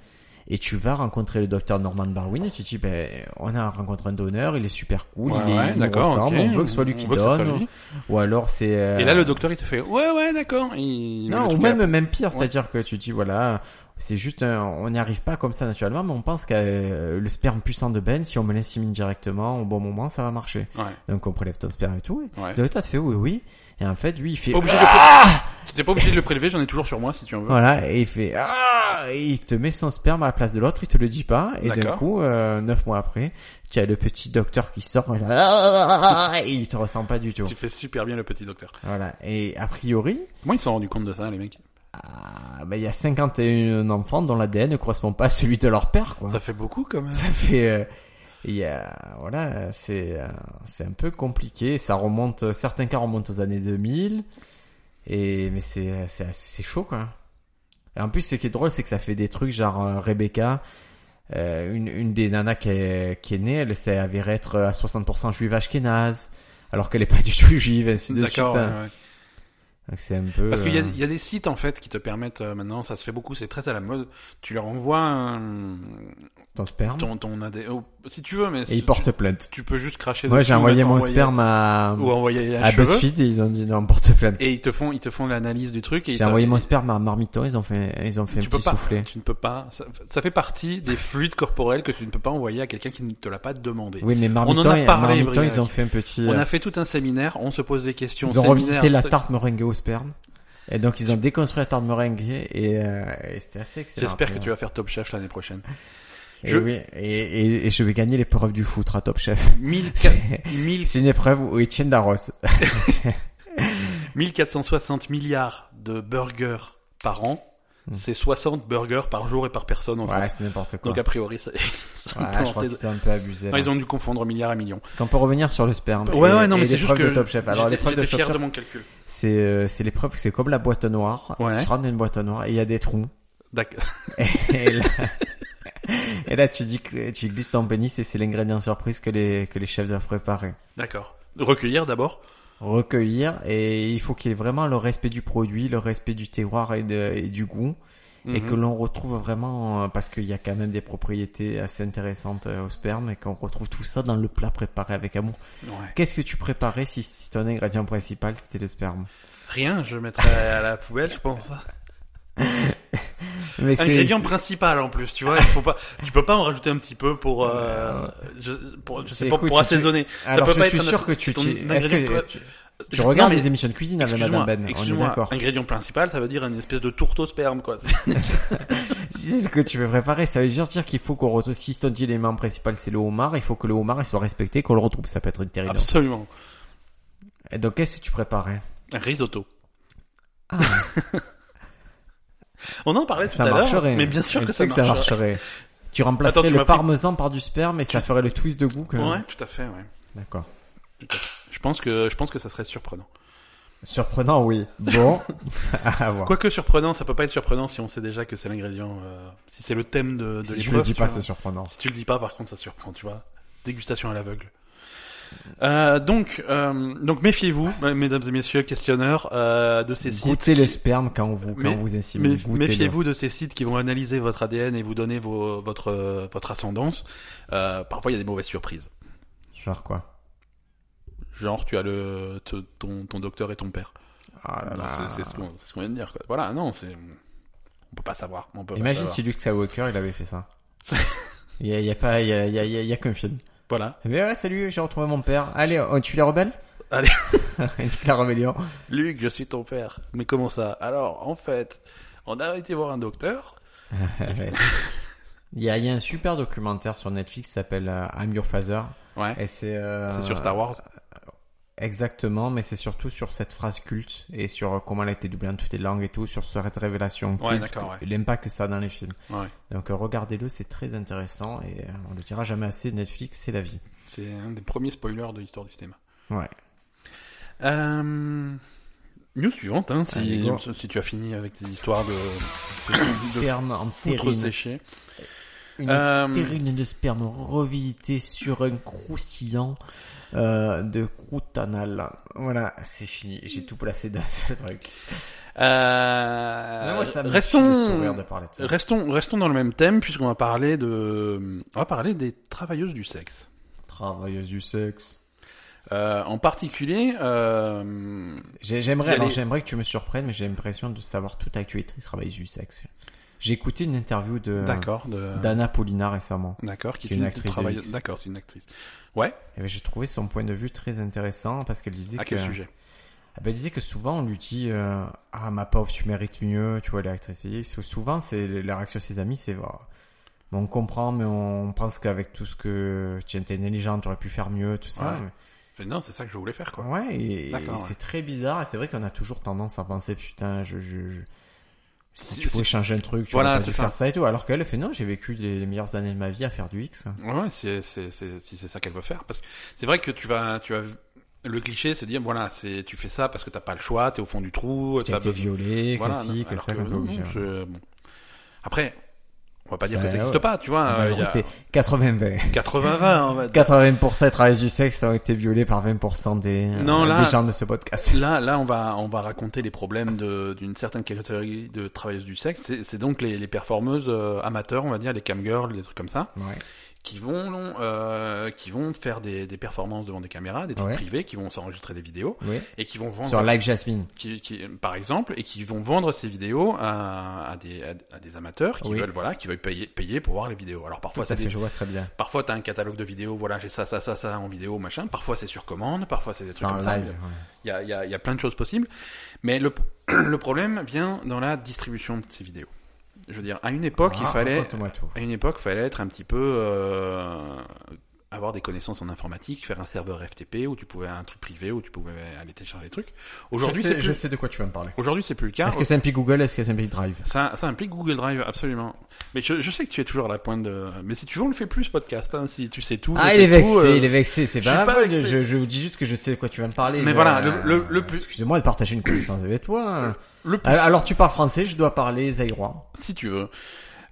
[SPEAKER 4] Et tu vas rencontrer le docteur Norman Barwin et tu te dis, ben, on a rencontré un donneur, il est super cool,
[SPEAKER 2] Ouais,
[SPEAKER 4] il est
[SPEAKER 2] ouais,
[SPEAKER 4] il nous
[SPEAKER 2] d'accord,
[SPEAKER 4] ressemble,
[SPEAKER 2] ok.
[SPEAKER 4] on veut que ce soit lui
[SPEAKER 2] On
[SPEAKER 4] qui
[SPEAKER 2] veut que ce soit
[SPEAKER 4] donne.
[SPEAKER 2] lui.
[SPEAKER 4] Ou alors c'est... euh,
[SPEAKER 2] Et là, le docteur, il te fait Ouais, ouais, d'accord. Il- le
[SPEAKER 4] non, ou
[SPEAKER 2] truc
[SPEAKER 4] même,
[SPEAKER 2] à-
[SPEAKER 4] même pire, c'est-à-dire que tu dis, voilà, c'est juste, un- on n'y arrive pas comme ça naturellement, mais on pense que euh, le sperme puissant de Ben, si on me l'insémine directement au bon moment, ça va marcher.
[SPEAKER 2] Ouais,
[SPEAKER 4] Donc on prélève ton sperme et tout.
[SPEAKER 2] ouais.
[SPEAKER 4] Et le docteur te fait oui, oui. Et en fait, lui, il fait... Ah
[SPEAKER 2] Pas obligé de le prélever. Tu t'es pas obligé de le prélever, j'en ai toujours sur moi si tu en veux.
[SPEAKER 4] Voilà, et il fait ah, et il te met son sperme à la place de l'autre, il te le dit pas, et d'un
[SPEAKER 2] D'accord.
[SPEAKER 4] coup, euh, neuf mois après, tu as le petit docteur qui sort comme ça, Ah, et il te ressent pas du tout.
[SPEAKER 2] Tu fais super bien le petit docteur.
[SPEAKER 4] Voilà, et a priori,
[SPEAKER 2] Comment ils se sont rendus compte de ça, les mecs
[SPEAKER 4] ah, bah, il y a 51 enfants dont l'ADN ne correspond pas à celui de leur père, quoi.
[SPEAKER 2] Ça fait beaucoup quand même.
[SPEAKER 4] Ça fait, euh, il y a, voilà, c'est, euh, c'est un peu compliqué. Ça remonte, certains cas remontent aux années 2000, et mais c'est, c'est, c'est chaud quoi. Et en plus, ce qui est drôle, c'est que ça fait des trucs genre euh, Rebecca, euh, une, une des nanas qui est, qui est née, elle s'est avérée être euh, à 60% juive ashkénaze, alors qu'elle est pas du tout juive, ainsi de suite.
[SPEAKER 2] D'accord.
[SPEAKER 4] hein.
[SPEAKER 2] ouais, ouais.
[SPEAKER 4] Donc C'est un peu.
[SPEAKER 2] Parce qu'il y, a-
[SPEAKER 4] euh,
[SPEAKER 2] il y a des sites en fait qui te permettent euh, maintenant, ça se fait beaucoup, c'est très à la mode. Tu leur envoies un-
[SPEAKER 4] ton sperme.
[SPEAKER 2] ton ton AD, oh, si tu veux, mais
[SPEAKER 4] Ah Et
[SPEAKER 2] si-
[SPEAKER 4] ils portent plainte.
[SPEAKER 2] Tu, tu peux juste cracher.
[SPEAKER 4] Moi,
[SPEAKER 2] dessus,
[SPEAKER 4] j'ai envoyé
[SPEAKER 2] ou
[SPEAKER 4] mon
[SPEAKER 2] t'envoyer-
[SPEAKER 4] sperme à,
[SPEAKER 2] ou envoyer un
[SPEAKER 4] à
[SPEAKER 2] cheveu,
[SPEAKER 4] BuzzFeed et ils ont dit non, on porte plainte.
[SPEAKER 2] Et ils te font ils te font l'analyse du truc. et ils
[SPEAKER 4] J'ai
[SPEAKER 2] te-
[SPEAKER 4] envoyé mon sperme à Marmiton, ils ont fait, ils ont fait un
[SPEAKER 2] tu peux
[SPEAKER 4] petit
[SPEAKER 2] pas,
[SPEAKER 4] soufflet.
[SPEAKER 2] tu ne peux pas. Ça, ça fait partie des fluides corporels que tu ne peux pas envoyer à quelqu'un qui ne te l'a pas demandé.
[SPEAKER 4] Oui, mais Marmiton,
[SPEAKER 2] On en a
[SPEAKER 4] et-
[SPEAKER 2] parlé,
[SPEAKER 4] Marmiton,
[SPEAKER 2] Briac.
[SPEAKER 4] ils ont fait un petit.
[SPEAKER 2] On
[SPEAKER 4] euh,
[SPEAKER 2] a fait tout un séminaire, on se pose des questions.
[SPEAKER 4] ils ont
[SPEAKER 2] séminaire,
[SPEAKER 4] revisité la
[SPEAKER 2] ça-
[SPEAKER 4] tarte meringue au sperme. Et donc ils ont déconstruit la tarte meringue et, euh, et c'était assez excellent.
[SPEAKER 2] J'espère que tu vas faire Top Chef l'année prochaine.
[SPEAKER 4] Et,
[SPEAKER 2] je-
[SPEAKER 4] oui, et, et, et je vais gagner l'épreuve du foutre à Top Chef.
[SPEAKER 2] 1400
[SPEAKER 4] C'est c'est une épreuve où Etienne Darros.
[SPEAKER 2] 1460 milliards de burgers par an,
[SPEAKER 4] Hmm.
[SPEAKER 2] c'est 60 burgers par jour et par personne en
[SPEAKER 4] Ouais,
[SPEAKER 2] France.
[SPEAKER 4] c'est n'importe quoi.
[SPEAKER 2] Donc a priori, ça, ils sont
[SPEAKER 4] Ouais, je
[SPEAKER 2] plantés
[SPEAKER 4] crois
[SPEAKER 2] de-
[SPEAKER 4] qu'ils sont un peu abusés.
[SPEAKER 2] Non,
[SPEAKER 4] là.
[SPEAKER 2] ils ont dû confondre milliards et millions.
[SPEAKER 4] On peut revenir sur le sperme.
[SPEAKER 2] Ouais,
[SPEAKER 4] et-
[SPEAKER 2] ouais, non,
[SPEAKER 4] et
[SPEAKER 2] mais c'est juste
[SPEAKER 4] l'épreuve
[SPEAKER 2] que
[SPEAKER 4] de Top Chef. Alors
[SPEAKER 2] j'étais-
[SPEAKER 4] l'épreuve de
[SPEAKER 2] j'étais
[SPEAKER 4] Top
[SPEAKER 2] fier
[SPEAKER 4] Chef,
[SPEAKER 2] de mon calcul.
[SPEAKER 4] c'est euh, c'est l'épreuve, c'est comme la boîte noire.
[SPEAKER 2] Ouais.
[SPEAKER 4] Tu rentres dans une boîte noire et il y a des trous.
[SPEAKER 2] D'accord.
[SPEAKER 4] Et là, et là, tu dis que tu glisses ton pénis et c'est l'ingrédient surprise que les, que les chefs doivent préparer.
[SPEAKER 2] D'accord. Recueillir d'abord.
[SPEAKER 4] Recueillir et il faut qu'il y ait vraiment le respect du produit, le respect du terroir et, de- et du goût et
[SPEAKER 2] Mhm.
[SPEAKER 4] que l'on retrouve vraiment euh, parce qu'il y a quand même des propriétés assez intéressantes euh, au sperme et qu'on retrouve tout ça dans le plat préparé avec amour.
[SPEAKER 2] Ouais.
[SPEAKER 4] Qu'est-ce que tu préparais si, si ton ingrédient principal c'était le sperme
[SPEAKER 2] Rien, je mettrais à la poubelle, je pense.
[SPEAKER 4] Mais c'est-
[SPEAKER 2] Ingrédient principal en plus, tu vois. Il faut pas, tu peux pas en rajouter un petit peu pour, euh, je, pour, je sais
[SPEAKER 4] C'est
[SPEAKER 2] pas,
[SPEAKER 4] cool,
[SPEAKER 2] pour
[SPEAKER 4] tu-
[SPEAKER 2] assaisonner.
[SPEAKER 4] c'est- Alors
[SPEAKER 2] peut
[SPEAKER 4] je
[SPEAKER 2] pas
[SPEAKER 4] suis
[SPEAKER 2] être un
[SPEAKER 4] sûr que
[SPEAKER 2] ass-
[SPEAKER 4] tu
[SPEAKER 2] ton
[SPEAKER 4] tu- est-ce
[SPEAKER 2] ingrédient
[SPEAKER 4] que
[SPEAKER 2] peut-
[SPEAKER 4] tu, tu
[SPEAKER 2] Non,
[SPEAKER 4] regardes
[SPEAKER 2] mais-
[SPEAKER 4] les émissions de cuisine avec Madame
[SPEAKER 2] Excuse-moi,
[SPEAKER 4] Ben On est
[SPEAKER 2] excuse-moi,
[SPEAKER 4] d'accord.
[SPEAKER 2] ingrédient principal, ça veut dire une espèce de tourteau sperme, quoi.
[SPEAKER 4] Si c'est ce que tu veux préparer, ça veut juste dire qu'il faut qu'on retrouve, si ton dit l'élément principal c'est le homard, il faut que le homard il soit respecté, qu'on le retrouve, ça peut être une terrine.
[SPEAKER 2] Absolument.
[SPEAKER 4] Et donc qu'est-ce que tu préparais
[SPEAKER 2] Un risotto.
[SPEAKER 4] Ah.
[SPEAKER 2] On en parlait tout
[SPEAKER 4] Ça
[SPEAKER 2] à l'heure,
[SPEAKER 4] marcherait.
[SPEAKER 2] mais bien sûr
[SPEAKER 4] Et
[SPEAKER 2] que ça
[SPEAKER 4] tu sais que ça
[SPEAKER 2] marcherait.
[SPEAKER 4] marcherait. Tu remplacerais
[SPEAKER 2] Attends, tu
[SPEAKER 4] le
[SPEAKER 2] m'as pris-
[SPEAKER 4] parmesan par du sperme et ça ferait le twist de goût que...
[SPEAKER 2] Ouais, tout à fait, ouais.
[SPEAKER 4] D'accord.
[SPEAKER 2] Je pense que, je pense que ça serait surprenant.
[SPEAKER 4] Surprenant, oui. Bon, à voir.
[SPEAKER 2] Quoique surprenant, ça peut pas être surprenant si on sait déjà que c'est l'ingrédient, euh, si c'est le thème de, de
[SPEAKER 4] si je
[SPEAKER 2] l'épreuve,
[SPEAKER 4] le dis
[SPEAKER 2] tu
[SPEAKER 4] pas,
[SPEAKER 2] vois.
[SPEAKER 4] c'est surprenant.
[SPEAKER 2] Si tu le dis pas, par contre, ça surprend, tu vois. Dégustation à l'aveugle. Euh, donc, euh, donc méfiez-vous, euh, mesdames et messieurs questionneurs, euh, de ces sites.
[SPEAKER 4] Goûtez le sperme quand on vous, quand
[SPEAKER 2] Mais-
[SPEAKER 4] on vous insémine.
[SPEAKER 2] Mais-
[SPEAKER 4] Goûtez-le.
[SPEAKER 2] Méfiez-vous de ces sites qui vont analyser votre ADN et vous donner vos- votre euh, votre ascendance. Euh, parfois, il y a des mauvaises surprises.
[SPEAKER 4] Genre quoi
[SPEAKER 2] Genre, tu as le te- ton, ton docteur et ton père.
[SPEAKER 4] Ah là
[SPEAKER 2] Non,
[SPEAKER 4] là.
[SPEAKER 2] c'est- C'est ce qu'on c'est ce qu'on vient de dire. Quoi. Voilà, non, c'est on peut pas savoir. On peut pas
[SPEAKER 4] Imagine
[SPEAKER 2] savoir.
[SPEAKER 4] si Luke Skywalker il avait fait ça. Il y a, il y a pas, il y a, il y a, il y a- il y a qu'un film.
[SPEAKER 2] Voilà.
[SPEAKER 4] Mais ouais, salut, j'ai retrouvé mon père. Allez, on tue les rebelles
[SPEAKER 2] Allez.
[SPEAKER 4] Il tue la rébellion.
[SPEAKER 2] Luc, je suis ton père. Mais comment ça Alors, en fait, on a été voir un docteur.
[SPEAKER 4] Eh ben, il, y a, il y a un super documentaire sur Netflix qui s'appelle euh, I'm Your Father.
[SPEAKER 2] Ouais.
[SPEAKER 4] Et c'est... euh,
[SPEAKER 2] C'est sur Star Wars.
[SPEAKER 4] Exactement, mais c'est surtout sur cette phrase culte et sur euh, comment elle a été doublée en toutes les langues et tout, sur cette révélation
[SPEAKER 2] Ouais,
[SPEAKER 4] culte,
[SPEAKER 2] d'accord, ouais.
[SPEAKER 4] que- l'impact que ça a dans les films.
[SPEAKER 2] Ouais.
[SPEAKER 4] Donc euh, regardez-le, c'est très intéressant et euh, on le dira jamais assez, Netflix c'est la vie.
[SPEAKER 2] C'est un des premiers spoilers de l'histoire du cinéma.
[SPEAKER 4] Ouais.
[SPEAKER 2] Euh... News suivante, hein,
[SPEAKER 4] Allez,
[SPEAKER 2] si,
[SPEAKER 4] go.
[SPEAKER 2] si tu as fini avec tes histoires de, de, de
[SPEAKER 4] Ferme en
[SPEAKER 2] foutre
[SPEAKER 4] terrine.
[SPEAKER 2] séché.
[SPEAKER 4] une
[SPEAKER 2] Euh,
[SPEAKER 4] terrine de sperme revisité sur un croustillant euh, de croûte anale. Voilà, c'est fini. J'ai tout placé dans ce truc.
[SPEAKER 2] euh,
[SPEAKER 4] Mais moi, ça me fait le sourire
[SPEAKER 2] restons,
[SPEAKER 4] de parler de ça.
[SPEAKER 2] restons, restons dans le même thème puisqu'on va parler de, on va parler des travailleuses du sexe.
[SPEAKER 4] Travailleuse du sexe.
[SPEAKER 2] Euh, en particulier, euh,
[SPEAKER 4] J'ai-
[SPEAKER 2] Il y
[SPEAKER 4] J'aimerais,
[SPEAKER 2] a
[SPEAKER 4] alors
[SPEAKER 2] des-
[SPEAKER 4] j'aimerais que tu me surprennes, mais j'ai l'impression de savoir toute actualité du travail du sexe. J'ai écouté une interview de
[SPEAKER 2] d'accord, de,
[SPEAKER 4] d'Anna Paulina récemment.
[SPEAKER 2] d'accord, qui est
[SPEAKER 4] qui est une
[SPEAKER 2] une
[SPEAKER 4] actrice de
[SPEAKER 2] travailleuse,
[SPEAKER 4] luxe.
[SPEAKER 2] d'accord, c'est une actrice. Ouais,
[SPEAKER 4] Et j'ai trouvé son point de vue très intéressant parce qu'elle disait
[SPEAKER 2] à
[SPEAKER 4] que
[SPEAKER 2] quel sujet
[SPEAKER 4] Ah ben, elle disait que souvent on lui dit euh, ah ma pauvre tu mérites mieux, tu vois l'actrice X. Ou Souvent c'est la réaction de ses amis c'est bah, mais on comprend mais on pense qu'avec tout ce que tu es intelligente, tu aurais pu faire mieux, tout ça.
[SPEAKER 2] Ouais. Enfin, Non, c'est ça que je voulais faire, quoi.
[SPEAKER 4] Ouais, et, et
[SPEAKER 2] D'accord, ouais.
[SPEAKER 4] c'est très bizarre. Et c'est vrai qu'on a toujours tendance à penser, putain, je, je, je- si
[SPEAKER 2] Si-
[SPEAKER 4] tu pouvais
[SPEAKER 2] si-
[SPEAKER 4] changer un truc, tu
[SPEAKER 2] Voilà,
[SPEAKER 4] aurais pas
[SPEAKER 2] c'est
[SPEAKER 4] dû
[SPEAKER 2] ça.
[SPEAKER 4] faire ça et tout. Alors qu'elle elle fait, non, j'ai vécu les, les meilleures années de ma vie à faire du X.
[SPEAKER 2] Ouais, ouais, c'est, c'est, c'est, si c'est ça qu'elle veut faire. Parce que c'est vrai que tu vas, tu vas, le cliché, c'est de dire, voilà, c'est, tu fais ça parce que t'as pas le choix, t'es au fond du trou,
[SPEAKER 4] T'as
[SPEAKER 2] t'as
[SPEAKER 4] été
[SPEAKER 2] besoin-
[SPEAKER 4] violé,
[SPEAKER 2] Voilà,
[SPEAKER 4] classique,
[SPEAKER 2] alors
[SPEAKER 4] ça,
[SPEAKER 2] que
[SPEAKER 4] quand t'es
[SPEAKER 2] non,
[SPEAKER 4] obligé. hein.
[SPEAKER 2] c'est- bon. Après, on va pas dire
[SPEAKER 4] Ça,
[SPEAKER 2] que ça n'existe
[SPEAKER 4] ouais.
[SPEAKER 2] pas, tu vois.
[SPEAKER 4] La
[SPEAKER 2] euh, il y a
[SPEAKER 4] majorité, 80-20.
[SPEAKER 2] 80-20, on va dire.
[SPEAKER 4] 80% des travailleurs du sexe ont été violés par 20% des, euh,
[SPEAKER 2] Non, là-
[SPEAKER 4] des gens de ce podcast.
[SPEAKER 2] Là, là, on va, on va raconter les problèmes de- d'une certaine catégorie de travailleuses du sexe. C'est, c'est donc les, les performeuses euh, amateurs, on va dire, les camgirls, des trucs comme ça,
[SPEAKER 4] Ouais.
[SPEAKER 2] qui vont, euh, qui vont faire des, des performances devant des caméras, des trucs
[SPEAKER 4] Ouais.
[SPEAKER 2] privés, qui vont s'enregistrer des vidéos
[SPEAKER 4] Oui.
[SPEAKER 2] et qui vont vendre
[SPEAKER 4] Sur Live Jasmine.
[SPEAKER 2] qui, qui- par exemple, et qui vont vendre ces vidéos à, à des, à, à des amateurs qui
[SPEAKER 4] Oui.
[SPEAKER 2] veulent, voilà, qui veulent payer, payer pour voir les vidéos. Alors parfois,
[SPEAKER 4] ça
[SPEAKER 2] c'est
[SPEAKER 4] fait,
[SPEAKER 2] des-
[SPEAKER 4] je vois très bien.
[SPEAKER 2] parfois t'as un catalogue de vidéos, voilà, j'ai ça, ça, ça, ça en vidéo, machin. Parfois c'est sur commande, parfois c'est des
[SPEAKER 4] C'est
[SPEAKER 2] trucs
[SPEAKER 4] en
[SPEAKER 2] comme ça.
[SPEAKER 4] live. ouais.
[SPEAKER 2] Il y a, il y, a, il y a plein de choses possibles, mais le, le problème vient dans la distribution de ces vidéos. Je veux dire, à une époque, il
[SPEAKER 4] Ah,
[SPEAKER 2] fallait,
[SPEAKER 4] raconte-moi tout.
[SPEAKER 2] à une époque, fallait être un petit peu euh, avoir des connaissances en informatique, faire un serveur FTP où tu pouvais un truc privé où tu pouvais aller télécharger des trucs. Aujourd'hui,
[SPEAKER 4] Je sais-
[SPEAKER 2] c'est
[SPEAKER 4] je
[SPEAKER 2] plus-
[SPEAKER 4] sais de quoi tu vas me parler.
[SPEAKER 2] Aujourd'hui, c'est plus le cas.
[SPEAKER 4] Est-ce que ça implique Google? Est-ce que ça implique Drive?
[SPEAKER 2] Ça, ça implique Google Drive, absolument. Mais je, je sais que tu es toujours à la pointe de. Mais si tu veux, on le fait plus ce podcast. Hein, si tu sais tout.
[SPEAKER 4] Ah,
[SPEAKER 2] je
[SPEAKER 4] il est
[SPEAKER 2] sais
[SPEAKER 4] vexé,
[SPEAKER 2] tout, euh,
[SPEAKER 4] il est vexé, c'est
[SPEAKER 2] je
[SPEAKER 4] pas,
[SPEAKER 2] suis pas
[SPEAKER 4] mal,
[SPEAKER 2] vexé.
[SPEAKER 4] Je, je vous dis juste que je sais de quoi tu vas me parler.
[SPEAKER 2] Mais
[SPEAKER 4] je-
[SPEAKER 2] voilà, le- le- le plus-
[SPEAKER 4] Excuse-moi de partager une connaissance avec toi. Euh,
[SPEAKER 2] Le plus,
[SPEAKER 4] Alors, alors, tu parles français, je dois parler zaïrois.
[SPEAKER 2] si tu veux.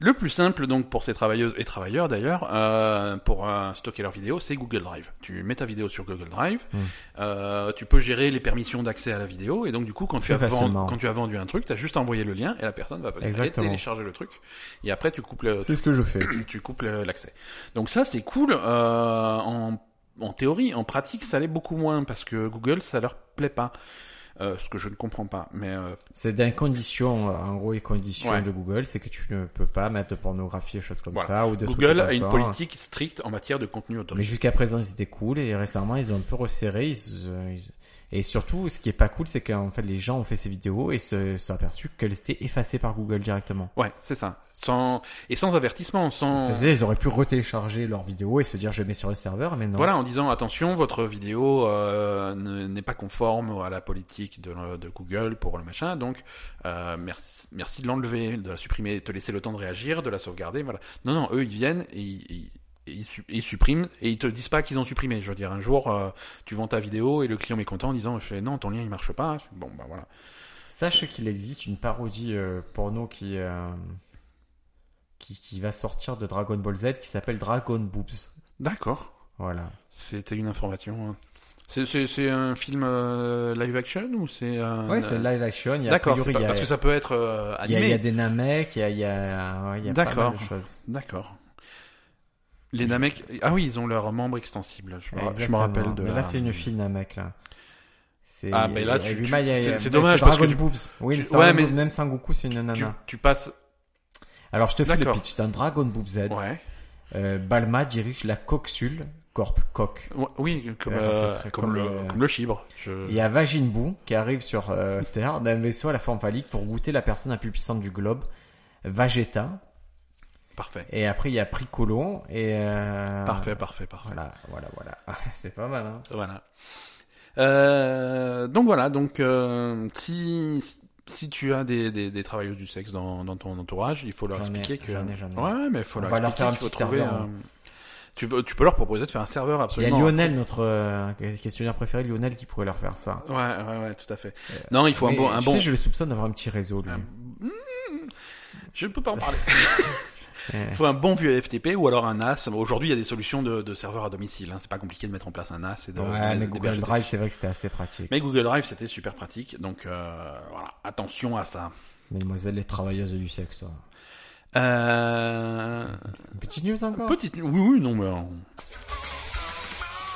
[SPEAKER 2] Le plus simple, donc, pour ces travailleuses et travailleurs d'ailleurs, euh, pour euh, stocker leurs vidéos, c'est Google Drive. Tu mets ta vidéo sur Google Drive.
[SPEAKER 4] Mm.
[SPEAKER 2] euh, tu peux gérer les permissions d'accès à la vidéo. Et donc, du coup, quand tu,
[SPEAKER 4] Très
[SPEAKER 2] as vendu,
[SPEAKER 4] facilement.
[SPEAKER 2] quand tu as vendu un truc, tu as juste envoyé le lien et la personne va venir aller
[SPEAKER 4] Exactement.
[SPEAKER 2] télécharger le truc. Et après, tu coupes le,
[SPEAKER 4] ce que je fais.
[SPEAKER 2] tu coupes le- l'accès. Donc ça, c'est cool. euh, en, en théorie, en pratique, ça l'est beaucoup moins parce que Google, ça leur plaît pas. Euh, ce que je ne comprends pas. Mais euh,
[SPEAKER 4] C'est dans les conditions, euh, en gros, les conditions
[SPEAKER 2] Ouais.
[SPEAKER 4] de Google, c'est que tu ne peux pas mettre de pornographie et choses comme
[SPEAKER 2] Voilà.
[SPEAKER 4] ça, ou de trucs
[SPEAKER 2] Google
[SPEAKER 4] comme
[SPEAKER 2] a une
[SPEAKER 4] ça.
[SPEAKER 2] politique stricte en matière de contenu
[SPEAKER 4] Mais
[SPEAKER 2] autorisé.
[SPEAKER 4] jusqu'à présent, ils étaient cool, et récemment, ils ont un peu resserré, ils, euh, ils- et surtout, ce qui est pas cool, c'est qu'en fait, les gens ont fait ces vidéos et se sont aperçus qu'elles étaient effacées par Google directement.
[SPEAKER 2] Ouais, c'est ça. Sans et sans avertissement, sans
[SPEAKER 4] C'est-à-dire, ils auraient pu retélécharger leur vidéo et se dire je mets sur le serveur, mais non.
[SPEAKER 2] voilà, en disant attention, votre vidéo euh, ne- n'est pas conforme à la politique de, de Google pour le machin, donc euh, merci, merci de l'enlever, de la supprimer, de te laisser le temps de réagir, de la sauvegarder, voilà. Non, non, eux ils viennent et ils, ils- et ils su- et ils suppriment et ils te disent pas qu'ils ont supprimé. Je veux dire, un jour euh, tu vends ta vidéo et le client est content en disant je fais, non, ton lien il marche pas. Je fais, Bon bah voilà.
[SPEAKER 4] Sache qu'il existe une parodie euh, porno qui, euh, qui qui va sortir de Dragon Ball Z qui s'appelle Dragon Boobs.
[SPEAKER 2] D'accord,
[SPEAKER 4] Voilà.
[SPEAKER 2] c'était une information. hein. C'est- C'est c'est un film euh, live action ou c'est un-
[SPEAKER 4] Ouais, c'est live action. il y a a
[SPEAKER 2] D'accord, c'est
[SPEAKER 4] priori,
[SPEAKER 2] pas-
[SPEAKER 4] il y a-
[SPEAKER 2] parce que ça peut être euh,
[SPEAKER 4] il y, a, il
[SPEAKER 2] animé.
[SPEAKER 4] y a des Namek, il y a, il y a, ouais, il y a pas
[SPEAKER 2] D'accord.
[SPEAKER 4] mal de choses.
[SPEAKER 2] D'accord. Les Namek, ah oui, ils ont leurs membres extensibles. Je me, je me
[SPEAKER 4] Exactement.
[SPEAKER 2] rappelle de.
[SPEAKER 4] Mais
[SPEAKER 2] la-
[SPEAKER 4] là, c'est une fille Namek là. C'est-
[SPEAKER 2] Ah, mais là,
[SPEAKER 4] et
[SPEAKER 2] tu-
[SPEAKER 4] lui,
[SPEAKER 2] tu-
[SPEAKER 4] Maya,
[SPEAKER 2] c'est-
[SPEAKER 4] mais
[SPEAKER 2] c'est dommage parce que
[SPEAKER 4] Dragon
[SPEAKER 2] tu-
[SPEAKER 4] Boobs. Oui,
[SPEAKER 2] tu-
[SPEAKER 4] c'est
[SPEAKER 2] ouais,
[SPEAKER 4] Dragon
[SPEAKER 2] mais-
[SPEAKER 4] Boobs, même Sangoku, c'est une nana.
[SPEAKER 2] Tu, tu passes.
[SPEAKER 4] Alors, je te fais le
[SPEAKER 2] D'accord.
[SPEAKER 4] pitch. Dans Dragon Ball Z,
[SPEAKER 2] Ouais.
[SPEAKER 4] Euh, Balma dirige la Coxul Corp Coq.
[SPEAKER 2] Ouais, Oui, comme,
[SPEAKER 4] Ouais,
[SPEAKER 2] euh,
[SPEAKER 4] c'est très-
[SPEAKER 2] comme,
[SPEAKER 4] comme
[SPEAKER 2] le,
[SPEAKER 4] le-
[SPEAKER 2] comme le chibre. Je-
[SPEAKER 4] Il y a Vaginbu qui arrive sur euh, Terre d'un vaisseau à la forme phallique pour goûter la personne la plus puissante du globe, Vageta.
[SPEAKER 2] Parfait.
[SPEAKER 4] Et après il y a Pricolo et euh,
[SPEAKER 2] Parfait, parfait, parfait.
[SPEAKER 4] Voilà, voilà, voilà. C'est pas mal. Hein.
[SPEAKER 2] Voilà. Euh, donc voilà, donc euh, si si tu as des, des, des travailleuses du sexe dans, dans ton entourage, il faut leur
[SPEAKER 4] J'en ai,
[SPEAKER 2] expliquer que
[SPEAKER 4] j'en ai, j'en ai.
[SPEAKER 2] ouais, mais il faut
[SPEAKER 4] On
[SPEAKER 2] leur
[SPEAKER 4] va leur
[SPEAKER 2] expliquer
[SPEAKER 4] faire un
[SPEAKER 2] qu'il faut
[SPEAKER 4] petit
[SPEAKER 2] trouver.
[SPEAKER 4] serveur, hein.
[SPEAKER 2] euh, Tu peux tu peux leur proposer de faire un serveur
[SPEAKER 4] Il y a
[SPEAKER 2] absolument.
[SPEAKER 4] Lionel, notre euh, questionnaire préféré, Lionel qui pourrait leur faire ça.
[SPEAKER 2] Ouais, ouais, ouais, tout à fait. Non, il faut un
[SPEAKER 4] Euh, Mais
[SPEAKER 2] bon Hmm, un
[SPEAKER 4] tu
[SPEAKER 2] bon
[SPEAKER 4] sais, je le soupçonne d'avoir un petit réseau. Lui.
[SPEAKER 2] Je ne peux pas en parler.
[SPEAKER 4] Ouais.
[SPEAKER 2] Il faut un bon vieux FTP ou alors un NAS. Bon, Aujourd'hui, il y a des solutions de, de serveurs à domicile. Hein. C'est pas compliqué de mettre en place un NAS. Et de,
[SPEAKER 4] Ouais,
[SPEAKER 2] d'héberger
[SPEAKER 4] mais Google
[SPEAKER 2] des
[SPEAKER 4] Drive, c'est vrai que c'était assez pratique.
[SPEAKER 2] Mais Google Drive, c'était super pratique. Donc euh, voilà, attention à ça.
[SPEAKER 4] Mademoiselle les travailleuses du sexe. hein.
[SPEAKER 2] Euh...
[SPEAKER 4] Petite news encore
[SPEAKER 2] Petite. Oui, oui, non, mais. euh,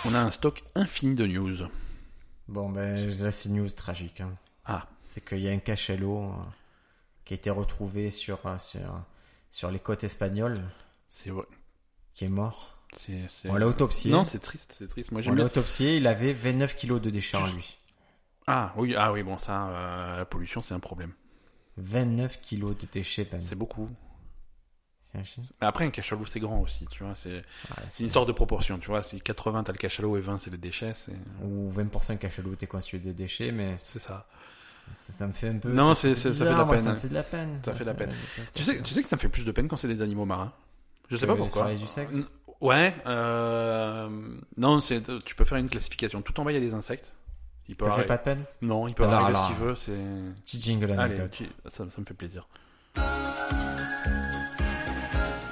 [SPEAKER 2] On a un stock infini de news.
[SPEAKER 4] Bon, ben, là, c'est une news tragique. hein.
[SPEAKER 2] Ah,
[SPEAKER 4] C'est qu'il y a un cachalot euh, qui a été retrouvé sur, euh, sur, sur les côtes espagnoles,
[SPEAKER 2] c'est vrai.
[SPEAKER 4] qui est mort.
[SPEAKER 2] C'est- c'est-
[SPEAKER 4] On l'a autopsié.
[SPEAKER 2] Non, c'est triste, c'est triste. Moi,
[SPEAKER 4] On
[SPEAKER 2] j'aime
[SPEAKER 4] l'a
[SPEAKER 2] bien.
[SPEAKER 4] autopsié, il avait 29 kilos de déchets en lui.
[SPEAKER 2] Ah, oui, ah, oui, bon, ça, euh, la pollution, c'est un problème.
[SPEAKER 4] 29 kilos de déchets, ben.
[SPEAKER 2] C'est beaucoup.
[SPEAKER 4] C'est un chien.
[SPEAKER 2] Mais après, un cachalot, c'est grand aussi, tu vois. C'est
[SPEAKER 4] Ouais,
[SPEAKER 2] c'est une sorte de proportion, tu vois. Si 80, t'as le cachalot et 20, c'est les déchets, c'est
[SPEAKER 4] Ou 20% de cachalot est constitué de déchets, mais
[SPEAKER 2] c'est ça.
[SPEAKER 4] ça, ça me fait un peu.
[SPEAKER 2] Non,
[SPEAKER 4] ça me
[SPEAKER 2] c'est- c'est- ça fait de
[SPEAKER 4] Euh, bizarre,
[SPEAKER 2] la
[SPEAKER 4] moi,
[SPEAKER 2] peine.
[SPEAKER 4] Ça me fait de la peine.
[SPEAKER 2] Ça fait de la peine.
[SPEAKER 4] de la
[SPEAKER 2] Tu sais, tu sais que ça me fait plus de peine quand c'est des animaux marins Je sais
[SPEAKER 4] Que
[SPEAKER 2] pas
[SPEAKER 4] les
[SPEAKER 2] pourquoi.
[SPEAKER 4] travailleurs du sexe
[SPEAKER 2] N- Ouais, euh... non, c'est tu peux faire une classification. Tout en bas, il y a des insectes. Il peut
[SPEAKER 4] Ça fait
[SPEAKER 2] arri-
[SPEAKER 4] pas Ah, de peine
[SPEAKER 2] Non, il peut
[SPEAKER 4] Alors,
[SPEAKER 2] arriver ce
[SPEAKER 4] alors.
[SPEAKER 2] qu'il veut, c'est...
[SPEAKER 4] Petit jingle
[SPEAKER 2] Allez,
[SPEAKER 4] anecdote.
[SPEAKER 2] petit- ça, ça me fait plaisir.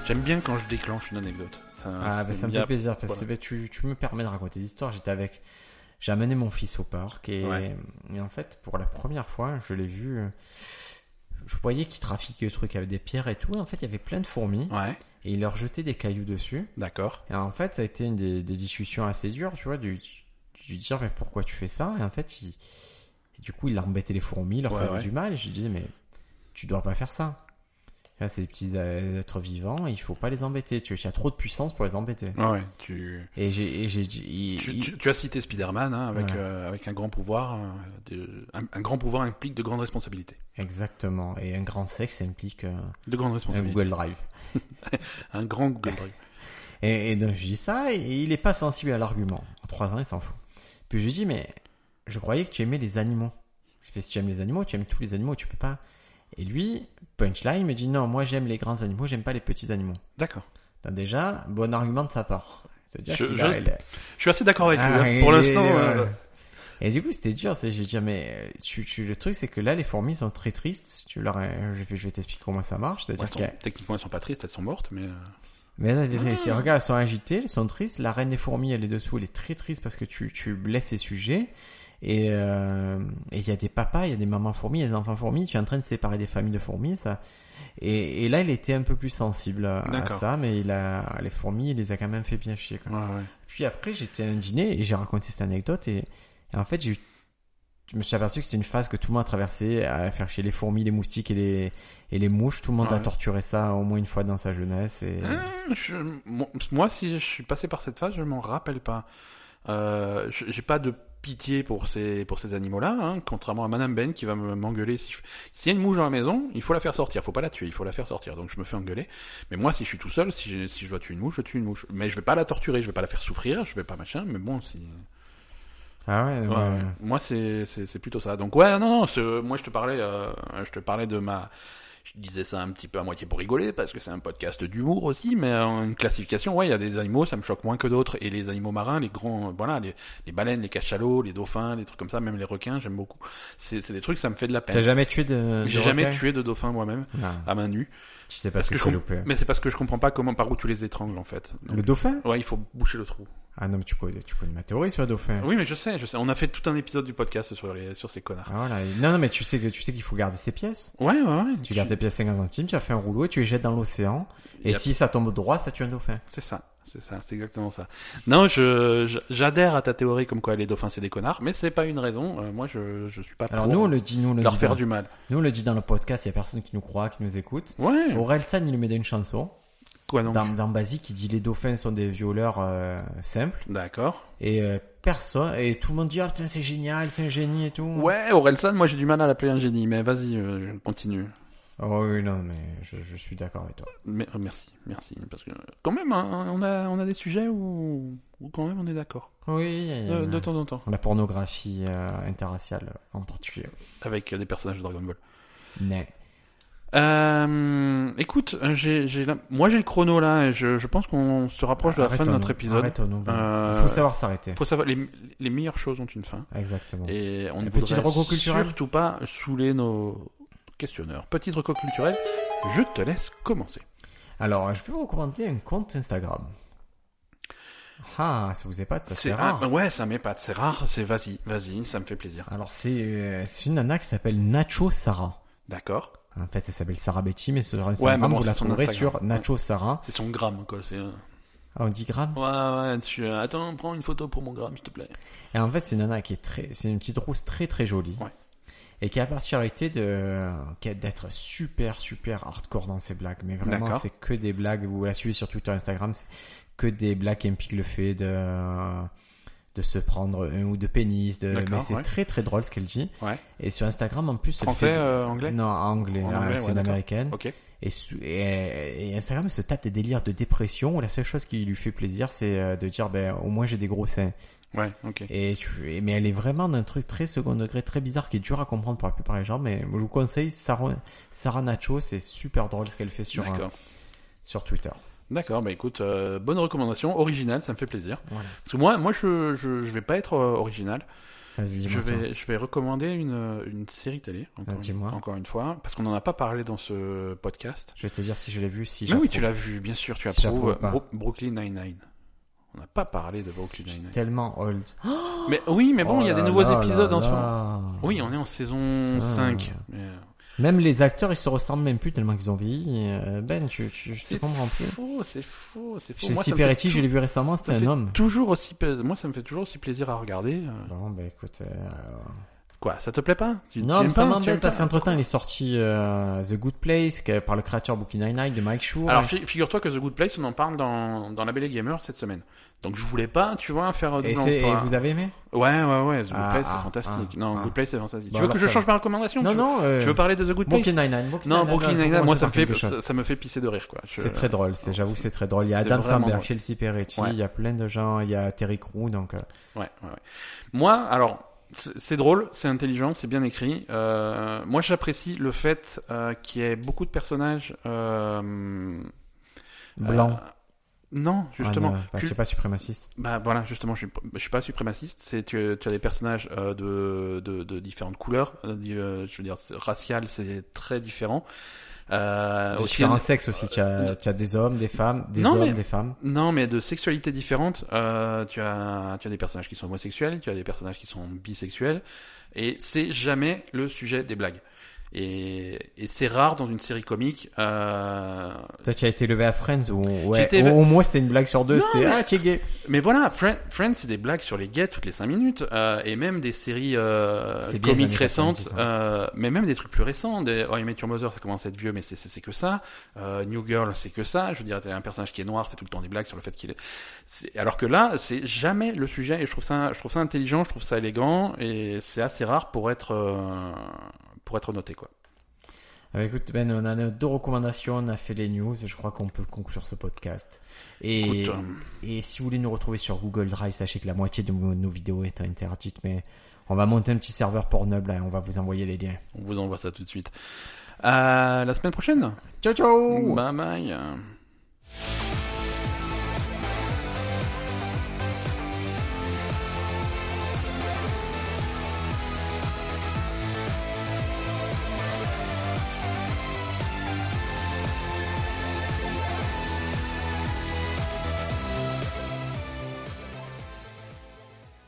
[SPEAKER 2] J'aime bien quand je déclenche une anecdote. Ça,
[SPEAKER 4] Ah,
[SPEAKER 2] c'est
[SPEAKER 4] ben, ça me
[SPEAKER 2] bien.
[SPEAKER 4] fait plaisir parce que
[SPEAKER 2] voilà.
[SPEAKER 4] ben, tu, tu me permets de raconter des histoires. J'étais avec. J'ai amené mon fils au parc et,
[SPEAKER 2] Ouais.
[SPEAKER 4] et en fait, pour la première fois, je l'ai vu. euh, Je voyais qu'il trafiquait des trucs avec des pierres et tout. Et en fait, il y avait plein de fourmis
[SPEAKER 2] Ouais,
[SPEAKER 4] et il leur jetait des cailloux dessus.
[SPEAKER 2] d'accord.
[SPEAKER 4] Et en fait, ça a été une des, des discussions assez dures, tu vois, de, de lui dire, mais pourquoi tu fais ça Et en fait, il, du coup, il a embêté les fourmis, il leur
[SPEAKER 2] Ouais,
[SPEAKER 4] faisait
[SPEAKER 2] ouais.
[SPEAKER 4] du mal. Et je lui disais, mais tu dois pas faire ça. Là, c'est des petits euh, êtres vivants, il faut pas les embêter. Tu, tu as trop de puissance pour les embêter.
[SPEAKER 2] Ouais, ouais, tu...
[SPEAKER 4] Et j'ai, et j'ai dit, il-
[SPEAKER 2] Tu,
[SPEAKER 4] il-
[SPEAKER 2] tu- tu as cité Spider-Man hein, avec,
[SPEAKER 4] Ouais.
[SPEAKER 2] euh, avec un grand pouvoir. euh, de- un, un grand pouvoir implique de grandes responsabilités.
[SPEAKER 4] exactement. Et un grand sexe implique euh,
[SPEAKER 2] De grandes
[SPEAKER 4] un
[SPEAKER 2] responsabilités.
[SPEAKER 4] Google Drive. Ah,
[SPEAKER 2] Un grand Google Drive.
[SPEAKER 4] Et, et donc je dis ça, et il est pas sensible à l'argument. En trois ans, il s'en fout. Puis je lui dis, mais je croyais que tu aimais les animaux. Je fais, si tu aimes les animaux, tu aimes tous les animaux, tu peux pas. Et lui, punchline, me dit, non, moi j'aime les grands animaux, j'aime pas les petits animaux.
[SPEAKER 2] D'accord.
[SPEAKER 4] Donc déjà, bon argument de sa part. C'est-à-dire
[SPEAKER 2] Je-
[SPEAKER 4] qu'il
[SPEAKER 2] je-
[SPEAKER 4] a- il a-
[SPEAKER 2] Je suis assez d'accord avec
[SPEAKER 4] Ah,
[SPEAKER 2] lui. hein.
[SPEAKER 4] il
[SPEAKER 2] Pour
[SPEAKER 4] est-
[SPEAKER 2] l'instant,
[SPEAKER 4] il est-
[SPEAKER 2] euh,
[SPEAKER 4] ouais. Et du coup, c'était dur, c'est, je lui dis, mais euh, tu, tu, le truc, c'est que là, les fourmis sont très tristes. Tu leur, as- je vais, je vais t'expliquer comment ça marche.
[SPEAKER 2] elles
[SPEAKER 4] C'est-à-dire
[SPEAKER 2] sont-
[SPEAKER 4] que-
[SPEAKER 2] techniquement, elles sont pas tristes, elles sont mortes, mais euh,
[SPEAKER 4] Mais là, c'est- c'est- regarde, elles sont agitées, elles sont tristes. La reine des fourmis, elle est dessous, elle est très triste parce que tu, tu blesses ses sujets. Et euh, et il y a des papas, il y a des mamans fourmis, il y a des enfants fourmis. Tu es en train de séparer des familles de fourmis, ça. Et, et là, il était un peu plus sensible à, à
[SPEAKER 2] D'accord.
[SPEAKER 4] ça, mais il a les fourmis, il les a quand même fait bien chier. Quoi.
[SPEAKER 2] ouais, ouais.
[SPEAKER 4] Puis après, j'étais à un dîner et j'ai raconté cette anecdote et, et en fait, j'ai eu- je me suis aperçu que c'était une phase que tout le monde a traversée, à faire chier les fourmis, les moustiques et les, et les mouches. Tout le monde a
[SPEAKER 2] Ouais.
[SPEAKER 4] torturé ça au moins une fois dans sa jeunesse. Et...
[SPEAKER 2] Hein, je- mon- moi, si je suis passé par cette phase, je m'en rappelle pas. Euh, je- J'ai pas de pitié pour ces pour ces animaux-là, hein, contrairement à Madame Ben qui va me- m'engueuler si je- s'il y a une mouche dans la maison, il faut la faire sortir, faut pas la tuer, il faut la faire sortir. Donc je me fais engueuler. Mais moi, si je suis tout seul, si, j'ai- si je dois tuer une mouche, je tue une mouche. Mais je vais pas la torturer, je vais pas la faire souffrir, je vais pas machin. Mais bon, si
[SPEAKER 4] Ah ouais,
[SPEAKER 2] Ouais,
[SPEAKER 4] ouais.
[SPEAKER 2] ouais. Moi, c'est c'est- c'est plutôt ça. Donc, ouais, non, non, ce- moi, je te parlais, euh, je te parlais de ma. Je disais ça un petit peu à moitié pour rigoler, parce que c'est un podcast d'humour aussi, mais euh, une classification, ouais, il y a des animaux, ça me choque moins que d'autres. Et les animaux marins, les grands, euh, voilà, les, les baleines, les cachalots, les dauphins, les trucs comme ça, même les requins, j'aime beaucoup. C'est c'est des trucs, ça me fait de la
[SPEAKER 4] T'as
[SPEAKER 2] peine.
[SPEAKER 4] jamais tué de.
[SPEAKER 2] J'ai
[SPEAKER 4] de
[SPEAKER 2] jamais
[SPEAKER 4] requin
[SPEAKER 2] tué de dauphin moi-même,
[SPEAKER 4] Non,
[SPEAKER 2] à main nue.
[SPEAKER 4] je sais pas
[SPEAKER 2] Parce
[SPEAKER 4] ce
[SPEAKER 2] que
[SPEAKER 4] que
[SPEAKER 2] je
[SPEAKER 4] c'est
[SPEAKER 2] comp-
[SPEAKER 4] loupé.
[SPEAKER 2] Mais c'est parce que je comprends pas comment, par où tu les étrangles, en fait. Donc,
[SPEAKER 4] Le dauphin
[SPEAKER 2] Ouais, il faut boucher le trou.
[SPEAKER 4] Ah non, mais tu connais, tu connais ma théorie sur le dauphin.
[SPEAKER 2] Oui, mais je sais, je sais. On a fait tout un épisode du podcast sur les, sur ces connards.
[SPEAKER 4] Ah voilà. Et- Non, non, mais tu sais que tu sais qu'il faut garder ses pièces.
[SPEAKER 2] Ouais, ouais, ouais.
[SPEAKER 4] Tu gardes tes pièces 50 centimes, tu as fait un rouleau et tu les jettes dans l'océan. Et
[SPEAKER 2] Yep.
[SPEAKER 4] si ça tombe droit, ça tue un dauphin.
[SPEAKER 2] C'est ça, c'est ça, c'est exactement ça. Non, je je- j'adhère à ta théorie comme quoi les dauphins c'est des connards, mais c'est pas une raison. Euh, moi, je je suis pas
[SPEAKER 4] Alors
[SPEAKER 2] pour
[SPEAKER 4] nous, on le dit, nous on le
[SPEAKER 2] leur
[SPEAKER 4] dit.
[SPEAKER 2] faire
[SPEAKER 4] dans-
[SPEAKER 2] du mal.
[SPEAKER 4] Nous on le dit dans le podcast, il y a personne qui nous croit, qui nous écoute.
[SPEAKER 2] Ouais.
[SPEAKER 4] Aurel San, il le met dans une chanson,
[SPEAKER 2] Quoi donc
[SPEAKER 4] dans, dans Basique, il dit les dauphins sont des violeurs euh, simples.
[SPEAKER 2] D'accord.
[SPEAKER 4] Et euh, personne, et tout le monde dit, ah putain, c'est génial, c'est un génie et tout.
[SPEAKER 2] Ouais, Orelsan, moi j'ai du mal à l'appeler un génie, mais vas-y, euh, je continue.
[SPEAKER 4] Oh oui, non, mais je, je suis d'accord avec toi.
[SPEAKER 2] Mais- euh, merci, merci, parce que euh, quand même, hein, on a on a des sujets où, où quand même on est d'accord Euh,
[SPEAKER 4] Oui, il y en
[SPEAKER 2] de,
[SPEAKER 4] a-
[SPEAKER 2] de temps en temps
[SPEAKER 4] la pornographie euh, interraciale en particulier.
[SPEAKER 2] avec euh, des personnages de Dragon Ball.
[SPEAKER 4] Mais
[SPEAKER 2] Euh, écoute, euh, j'ai j'ai la- moi j'ai le chrono là, et je je pense qu'on se rapproche de la fin de notre épisode.
[SPEAKER 4] Arrêtons-nous.
[SPEAKER 2] Euh,
[SPEAKER 4] Il faut savoir s'arrêter.
[SPEAKER 2] faut savoir, les, les meilleures choses ont une fin.
[SPEAKER 4] Exactement.
[SPEAKER 2] Et on ne
[SPEAKER 4] petite
[SPEAKER 2] voudrait
[SPEAKER 4] reco culturelle
[SPEAKER 2] surtout pas saouler nos questionneurs. Petite reco culturelle, je te laisse commencer.
[SPEAKER 4] Alors, je peux vous recommander un compte Instagram. Ah, ça vous épate, ça
[SPEAKER 2] C'est
[SPEAKER 4] c'est rare.
[SPEAKER 2] ah, ouais, ça m'épate, c'est rare, c'est vas-y, vas-y, ça me fait plaisir.
[SPEAKER 4] Alors, c'est euh, c'est une nana qui s'appelle Nacho Sarah.
[SPEAKER 2] D'accord.
[SPEAKER 4] En fait, ça s'appelle Sarah Betty, mais sur Instagram,
[SPEAKER 2] mais bon,
[SPEAKER 4] vous la
[SPEAKER 2] c'est son
[SPEAKER 4] trouverez
[SPEAKER 2] Instagram.
[SPEAKER 4] sur Nacho Sarah.
[SPEAKER 2] C'est son gramme, quoi. C'est... euh,
[SPEAKER 4] Ah, on dit gramme.
[SPEAKER 2] Ouais, ouais, tu... euh, Attends, prends une photo pour mon gramme, s'il te plaît.
[SPEAKER 4] Et en fait, c'est une nana qui est très, c'est une petite rousse très très jolie.
[SPEAKER 2] Ouais.
[SPEAKER 4] Et qui a la particularité de, qui a- d'être super super hardcore dans ses blagues. Mais vraiment,
[SPEAKER 2] D'accord.
[SPEAKER 4] c'est que des blagues. Vous la suivez sur Twitter, Instagram, c'est que des blagues qui impliquent le fait de, euh, de se prendre un ou deux pénis. De,
[SPEAKER 2] D'accord,
[SPEAKER 4] mais c'est
[SPEAKER 2] ouais.
[SPEAKER 4] très très drôle ce qu'elle dit.
[SPEAKER 2] Ouais.
[SPEAKER 4] Et sur Instagram, en plus, elle
[SPEAKER 2] Français,
[SPEAKER 4] fait-
[SPEAKER 2] euh, anglais
[SPEAKER 4] Non, anglais.
[SPEAKER 2] En
[SPEAKER 4] hein,
[SPEAKER 2] anglais,
[SPEAKER 4] c'est
[SPEAKER 2] ouais,
[SPEAKER 4] une
[SPEAKER 2] d'accord.
[SPEAKER 4] américaine.
[SPEAKER 2] Ok.
[SPEAKER 4] Et, sou- et, et Instagram se tape des délires de dépression où la seule chose qui lui fait plaisir, c'est euh, de dire, ben, au moins j'ai des gros seins.
[SPEAKER 2] Ouais, ok.
[SPEAKER 4] Et tu- et- mais elle est vraiment d'un truc très second degré, très bizarre, qui est dur à comprendre pour la plupart des gens. Mais je vous conseille Sarah, Sarah Nacho, c'est super drôle ce qu'elle fait sur, euh,
[SPEAKER 2] D'accord.
[SPEAKER 4] sur Twitter.
[SPEAKER 2] D'accord, bah écoute, euh, bonne recommandation, originale, ça me fait plaisir.
[SPEAKER 4] Voilà.
[SPEAKER 2] Parce que moi, moi je, je, je vais pas être euh, original.
[SPEAKER 4] Vas-y,
[SPEAKER 2] Je
[SPEAKER 4] Martin.
[SPEAKER 2] vais, je vais recommander une, euh, une série télé, encore,
[SPEAKER 4] Ah,
[SPEAKER 2] une,
[SPEAKER 4] dis-moi.
[SPEAKER 2] encore une fois, parce qu'on en a pas parlé dans ce podcast.
[SPEAKER 4] Je vais te dire si je l'ai vu, si
[SPEAKER 2] Mais oui,
[SPEAKER 4] j'approuve.
[SPEAKER 2] tu l'as vu, bien sûr, tu
[SPEAKER 4] Si
[SPEAKER 2] approuves euh,
[SPEAKER 4] j'approuve pas.
[SPEAKER 2] Bro- Brooklyn Nine-Nine. On n'a pas parlé de Brooklyn
[SPEAKER 4] Je suis
[SPEAKER 2] Nine-Nine.
[SPEAKER 4] tellement old.
[SPEAKER 2] Mais oui, mais bon,
[SPEAKER 4] Oh
[SPEAKER 2] il y a des
[SPEAKER 4] là
[SPEAKER 2] nouveaux
[SPEAKER 4] là
[SPEAKER 2] épisodes
[SPEAKER 4] là
[SPEAKER 2] en ce moment.
[SPEAKER 4] là.
[SPEAKER 2] Oui, on est en saison
[SPEAKER 4] Ah.
[SPEAKER 2] 5. mais, euh,
[SPEAKER 4] Même les acteurs, ils se ressemblent même plus tellement qu'ils ont vieilli. Euh, Ben, tu, tu, je te
[SPEAKER 2] C'est
[SPEAKER 4] comprends plus.
[SPEAKER 2] faux, c'est faux, c'est faux.
[SPEAKER 4] Chez
[SPEAKER 2] Moi, ça me
[SPEAKER 4] Ciperetti,
[SPEAKER 2] fait
[SPEAKER 4] je l'ai vu récemment,
[SPEAKER 2] ça
[SPEAKER 4] c'était
[SPEAKER 2] me
[SPEAKER 4] un
[SPEAKER 2] fait
[SPEAKER 4] homme.
[SPEAKER 2] Toujours aussi, pla- moi, ça me fait toujours aussi plaisir à regarder. euh,
[SPEAKER 4] Bon, bah écoute. euh,
[SPEAKER 2] Quoi, ça te plaît pas Tu- tu
[SPEAKER 4] Non, mais
[SPEAKER 2] aimes
[SPEAKER 4] ça
[SPEAKER 2] pas, tu
[SPEAKER 4] m'embête
[SPEAKER 2] aimes
[SPEAKER 4] parce
[SPEAKER 2] pas
[SPEAKER 4] qu'entre temps, il est sorti euh, The Good Place que- par le créateur Bookie Nine Nine de Mike Shure.
[SPEAKER 2] Alors, fi- figure-toi que The Good Place, on en parle dans, dans la Belle et Gamer cette semaine. Donc, je voulais pas, tu vois, faire. euh,
[SPEAKER 4] et,
[SPEAKER 2] non,
[SPEAKER 4] c'est- et
[SPEAKER 2] pas-
[SPEAKER 4] vous avez aimé
[SPEAKER 2] Ouais, ouais, ouais, The Good
[SPEAKER 4] Ah,
[SPEAKER 2] Place,
[SPEAKER 4] ah,
[SPEAKER 2] c'est fantastique.
[SPEAKER 4] ah,
[SPEAKER 2] non,
[SPEAKER 4] ah.
[SPEAKER 2] Good Place, c'est fantastique.
[SPEAKER 4] Bon,
[SPEAKER 2] tu veux que
[SPEAKER 4] alors,
[SPEAKER 2] je
[SPEAKER 4] ça
[SPEAKER 2] change ma recommandation
[SPEAKER 4] Non,
[SPEAKER 2] tu veux-
[SPEAKER 4] non. euh,
[SPEAKER 2] Tu veux parler de The Good Place
[SPEAKER 4] Brooklyn Nine Nine. Brooklyn
[SPEAKER 2] Non,
[SPEAKER 4] Nine-Nine,
[SPEAKER 2] Brooklyn
[SPEAKER 4] pour moi,
[SPEAKER 2] Nine-Nine, moi,
[SPEAKER 4] c'est
[SPEAKER 2] ça me
[SPEAKER 4] pas
[SPEAKER 2] fait,
[SPEAKER 4] quelque chose.
[SPEAKER 2] ça, ça me fait pisser de rire, quoi. Je-
[SPEAKER 4] C'est très drôle, c'est, j'avoue, c'est très drôle. Il y a
[SPEAKER 2] c'est
[SPEAKER 4] Adam
[SPEAKER 2] vraiment
[SPEAKER 4] Sandberg,
[SPEAKER 2] drôle.
[SPEAKER 4] Chelsea Peretti,
[SPEAKER 2] Ouais.
[SPEAKER 4] il y a plein de gens, il y a Terry Crew, donc. euh,
[SPEAKER 2] Ouais, ouais, ouais. Moi, alors, c'est c'est drôle, c'est intelligent, c'est bien écrit. Euh, moi, j'apprécie le fait euh, qu'il y ait beaucoup de personnages euh,
[SPEAKER 4] Blanc.
[SPEAKER 2] euh, non, justement.
[SPEAKER 4] Ah, non, bah,
[SPEAKER 2] Tu-
[SPEAKER 4] t'es pas suprémaciste.
[SPEAKER 2] bah, voilà, justement, je suis, je suis pas suprémaciste. C'est tu, tu as des personnages euh, de, de de différentes couleurs. euh, di- euh, je veux dire, c'est- racial, c'est très différent. Euh,
[SPEAKER 4] De
[SPEAKER 2] aussi,
[SPEAKER 4] différents sexes aussi. Tu as,
[SPEAKER 2] euh,
[SPEAKER 4] tu as des hommes, des femmes, des
[SPEAKER 2] Non,
[SPEAKER 4] hommes,
[SPEAKER 2] mais-
[SPEAKER 4] des femmes.
[SPEAKER 2] Non, mais de sexualités différentes. Euh, tu as tu as des personnages qui sont homosexuels, tu as des personnages qui sont bisexuels, et c'est jamais le sujet des blagues. Et, et c'est rare dans une série comique. Euh...
[SPEAKER 4] Toi, tu as été levé à Friends où, ouais,
[SPEAKER 2] J'étais-
[SPEAKER 4] au, au moins c'était une blague sur deux,
[SPEAKER 2] Non,
[SPEAKER 4] c'était,
[SPEAKER 2] mais-
[SPEAKER 4] ah, tu es gay.
[SPEAKER 2] Mais voilà, Fri- Friends, c'est des blagues sur les gays toutes les cinq minutes, euh, et même des séries euh,
[SPEAKER 4] C'est bien, les
[SPEAKER 2] comiques
[SPEAKER 4] années
[SPEAKER 2] récentes,
[SPEAKER 4] 90, hein.
[SPEAKER 2] euh, mais même des trucs plus récents. Des... Oh, I Met Your Mother, ça commence à être vieux, mais c'est- c'est c'est que ça. Euh, New Girl, c'est que ça. Je veux dire, t'as un personnage qui est noir, c'est tout le temps des blagues sur le fait qu'il est. c'est- Alors que là, c'est jamais le sujet, et je trouve ça, je trouve ça intelligent, je trouve ça élégant, et c'est assez rare pour être euh, pour être noté quoi.
[SPEAKER 4] Ah bah écoute, Ben, on a nos deux recommandations, on a fait les news, je crois qu'on peut conclure ce podcast. Et,
[SPEAKER 2] Écoute, euh,
[SPEAKER 4] et si vous voulez nous retrouver sur Google Drive, sachez que la moitié de nos nos vidéos est interdite, mais on va monter un petit serveur Pornhub là et on va vous envoyer les liens.
[SPEAKER 2] on vous envoie ça tout de Euh, suite. À la semaine prochaine.
[SPEAKER 4] Ciao ciao
[SPEAKER 2] Bye bye.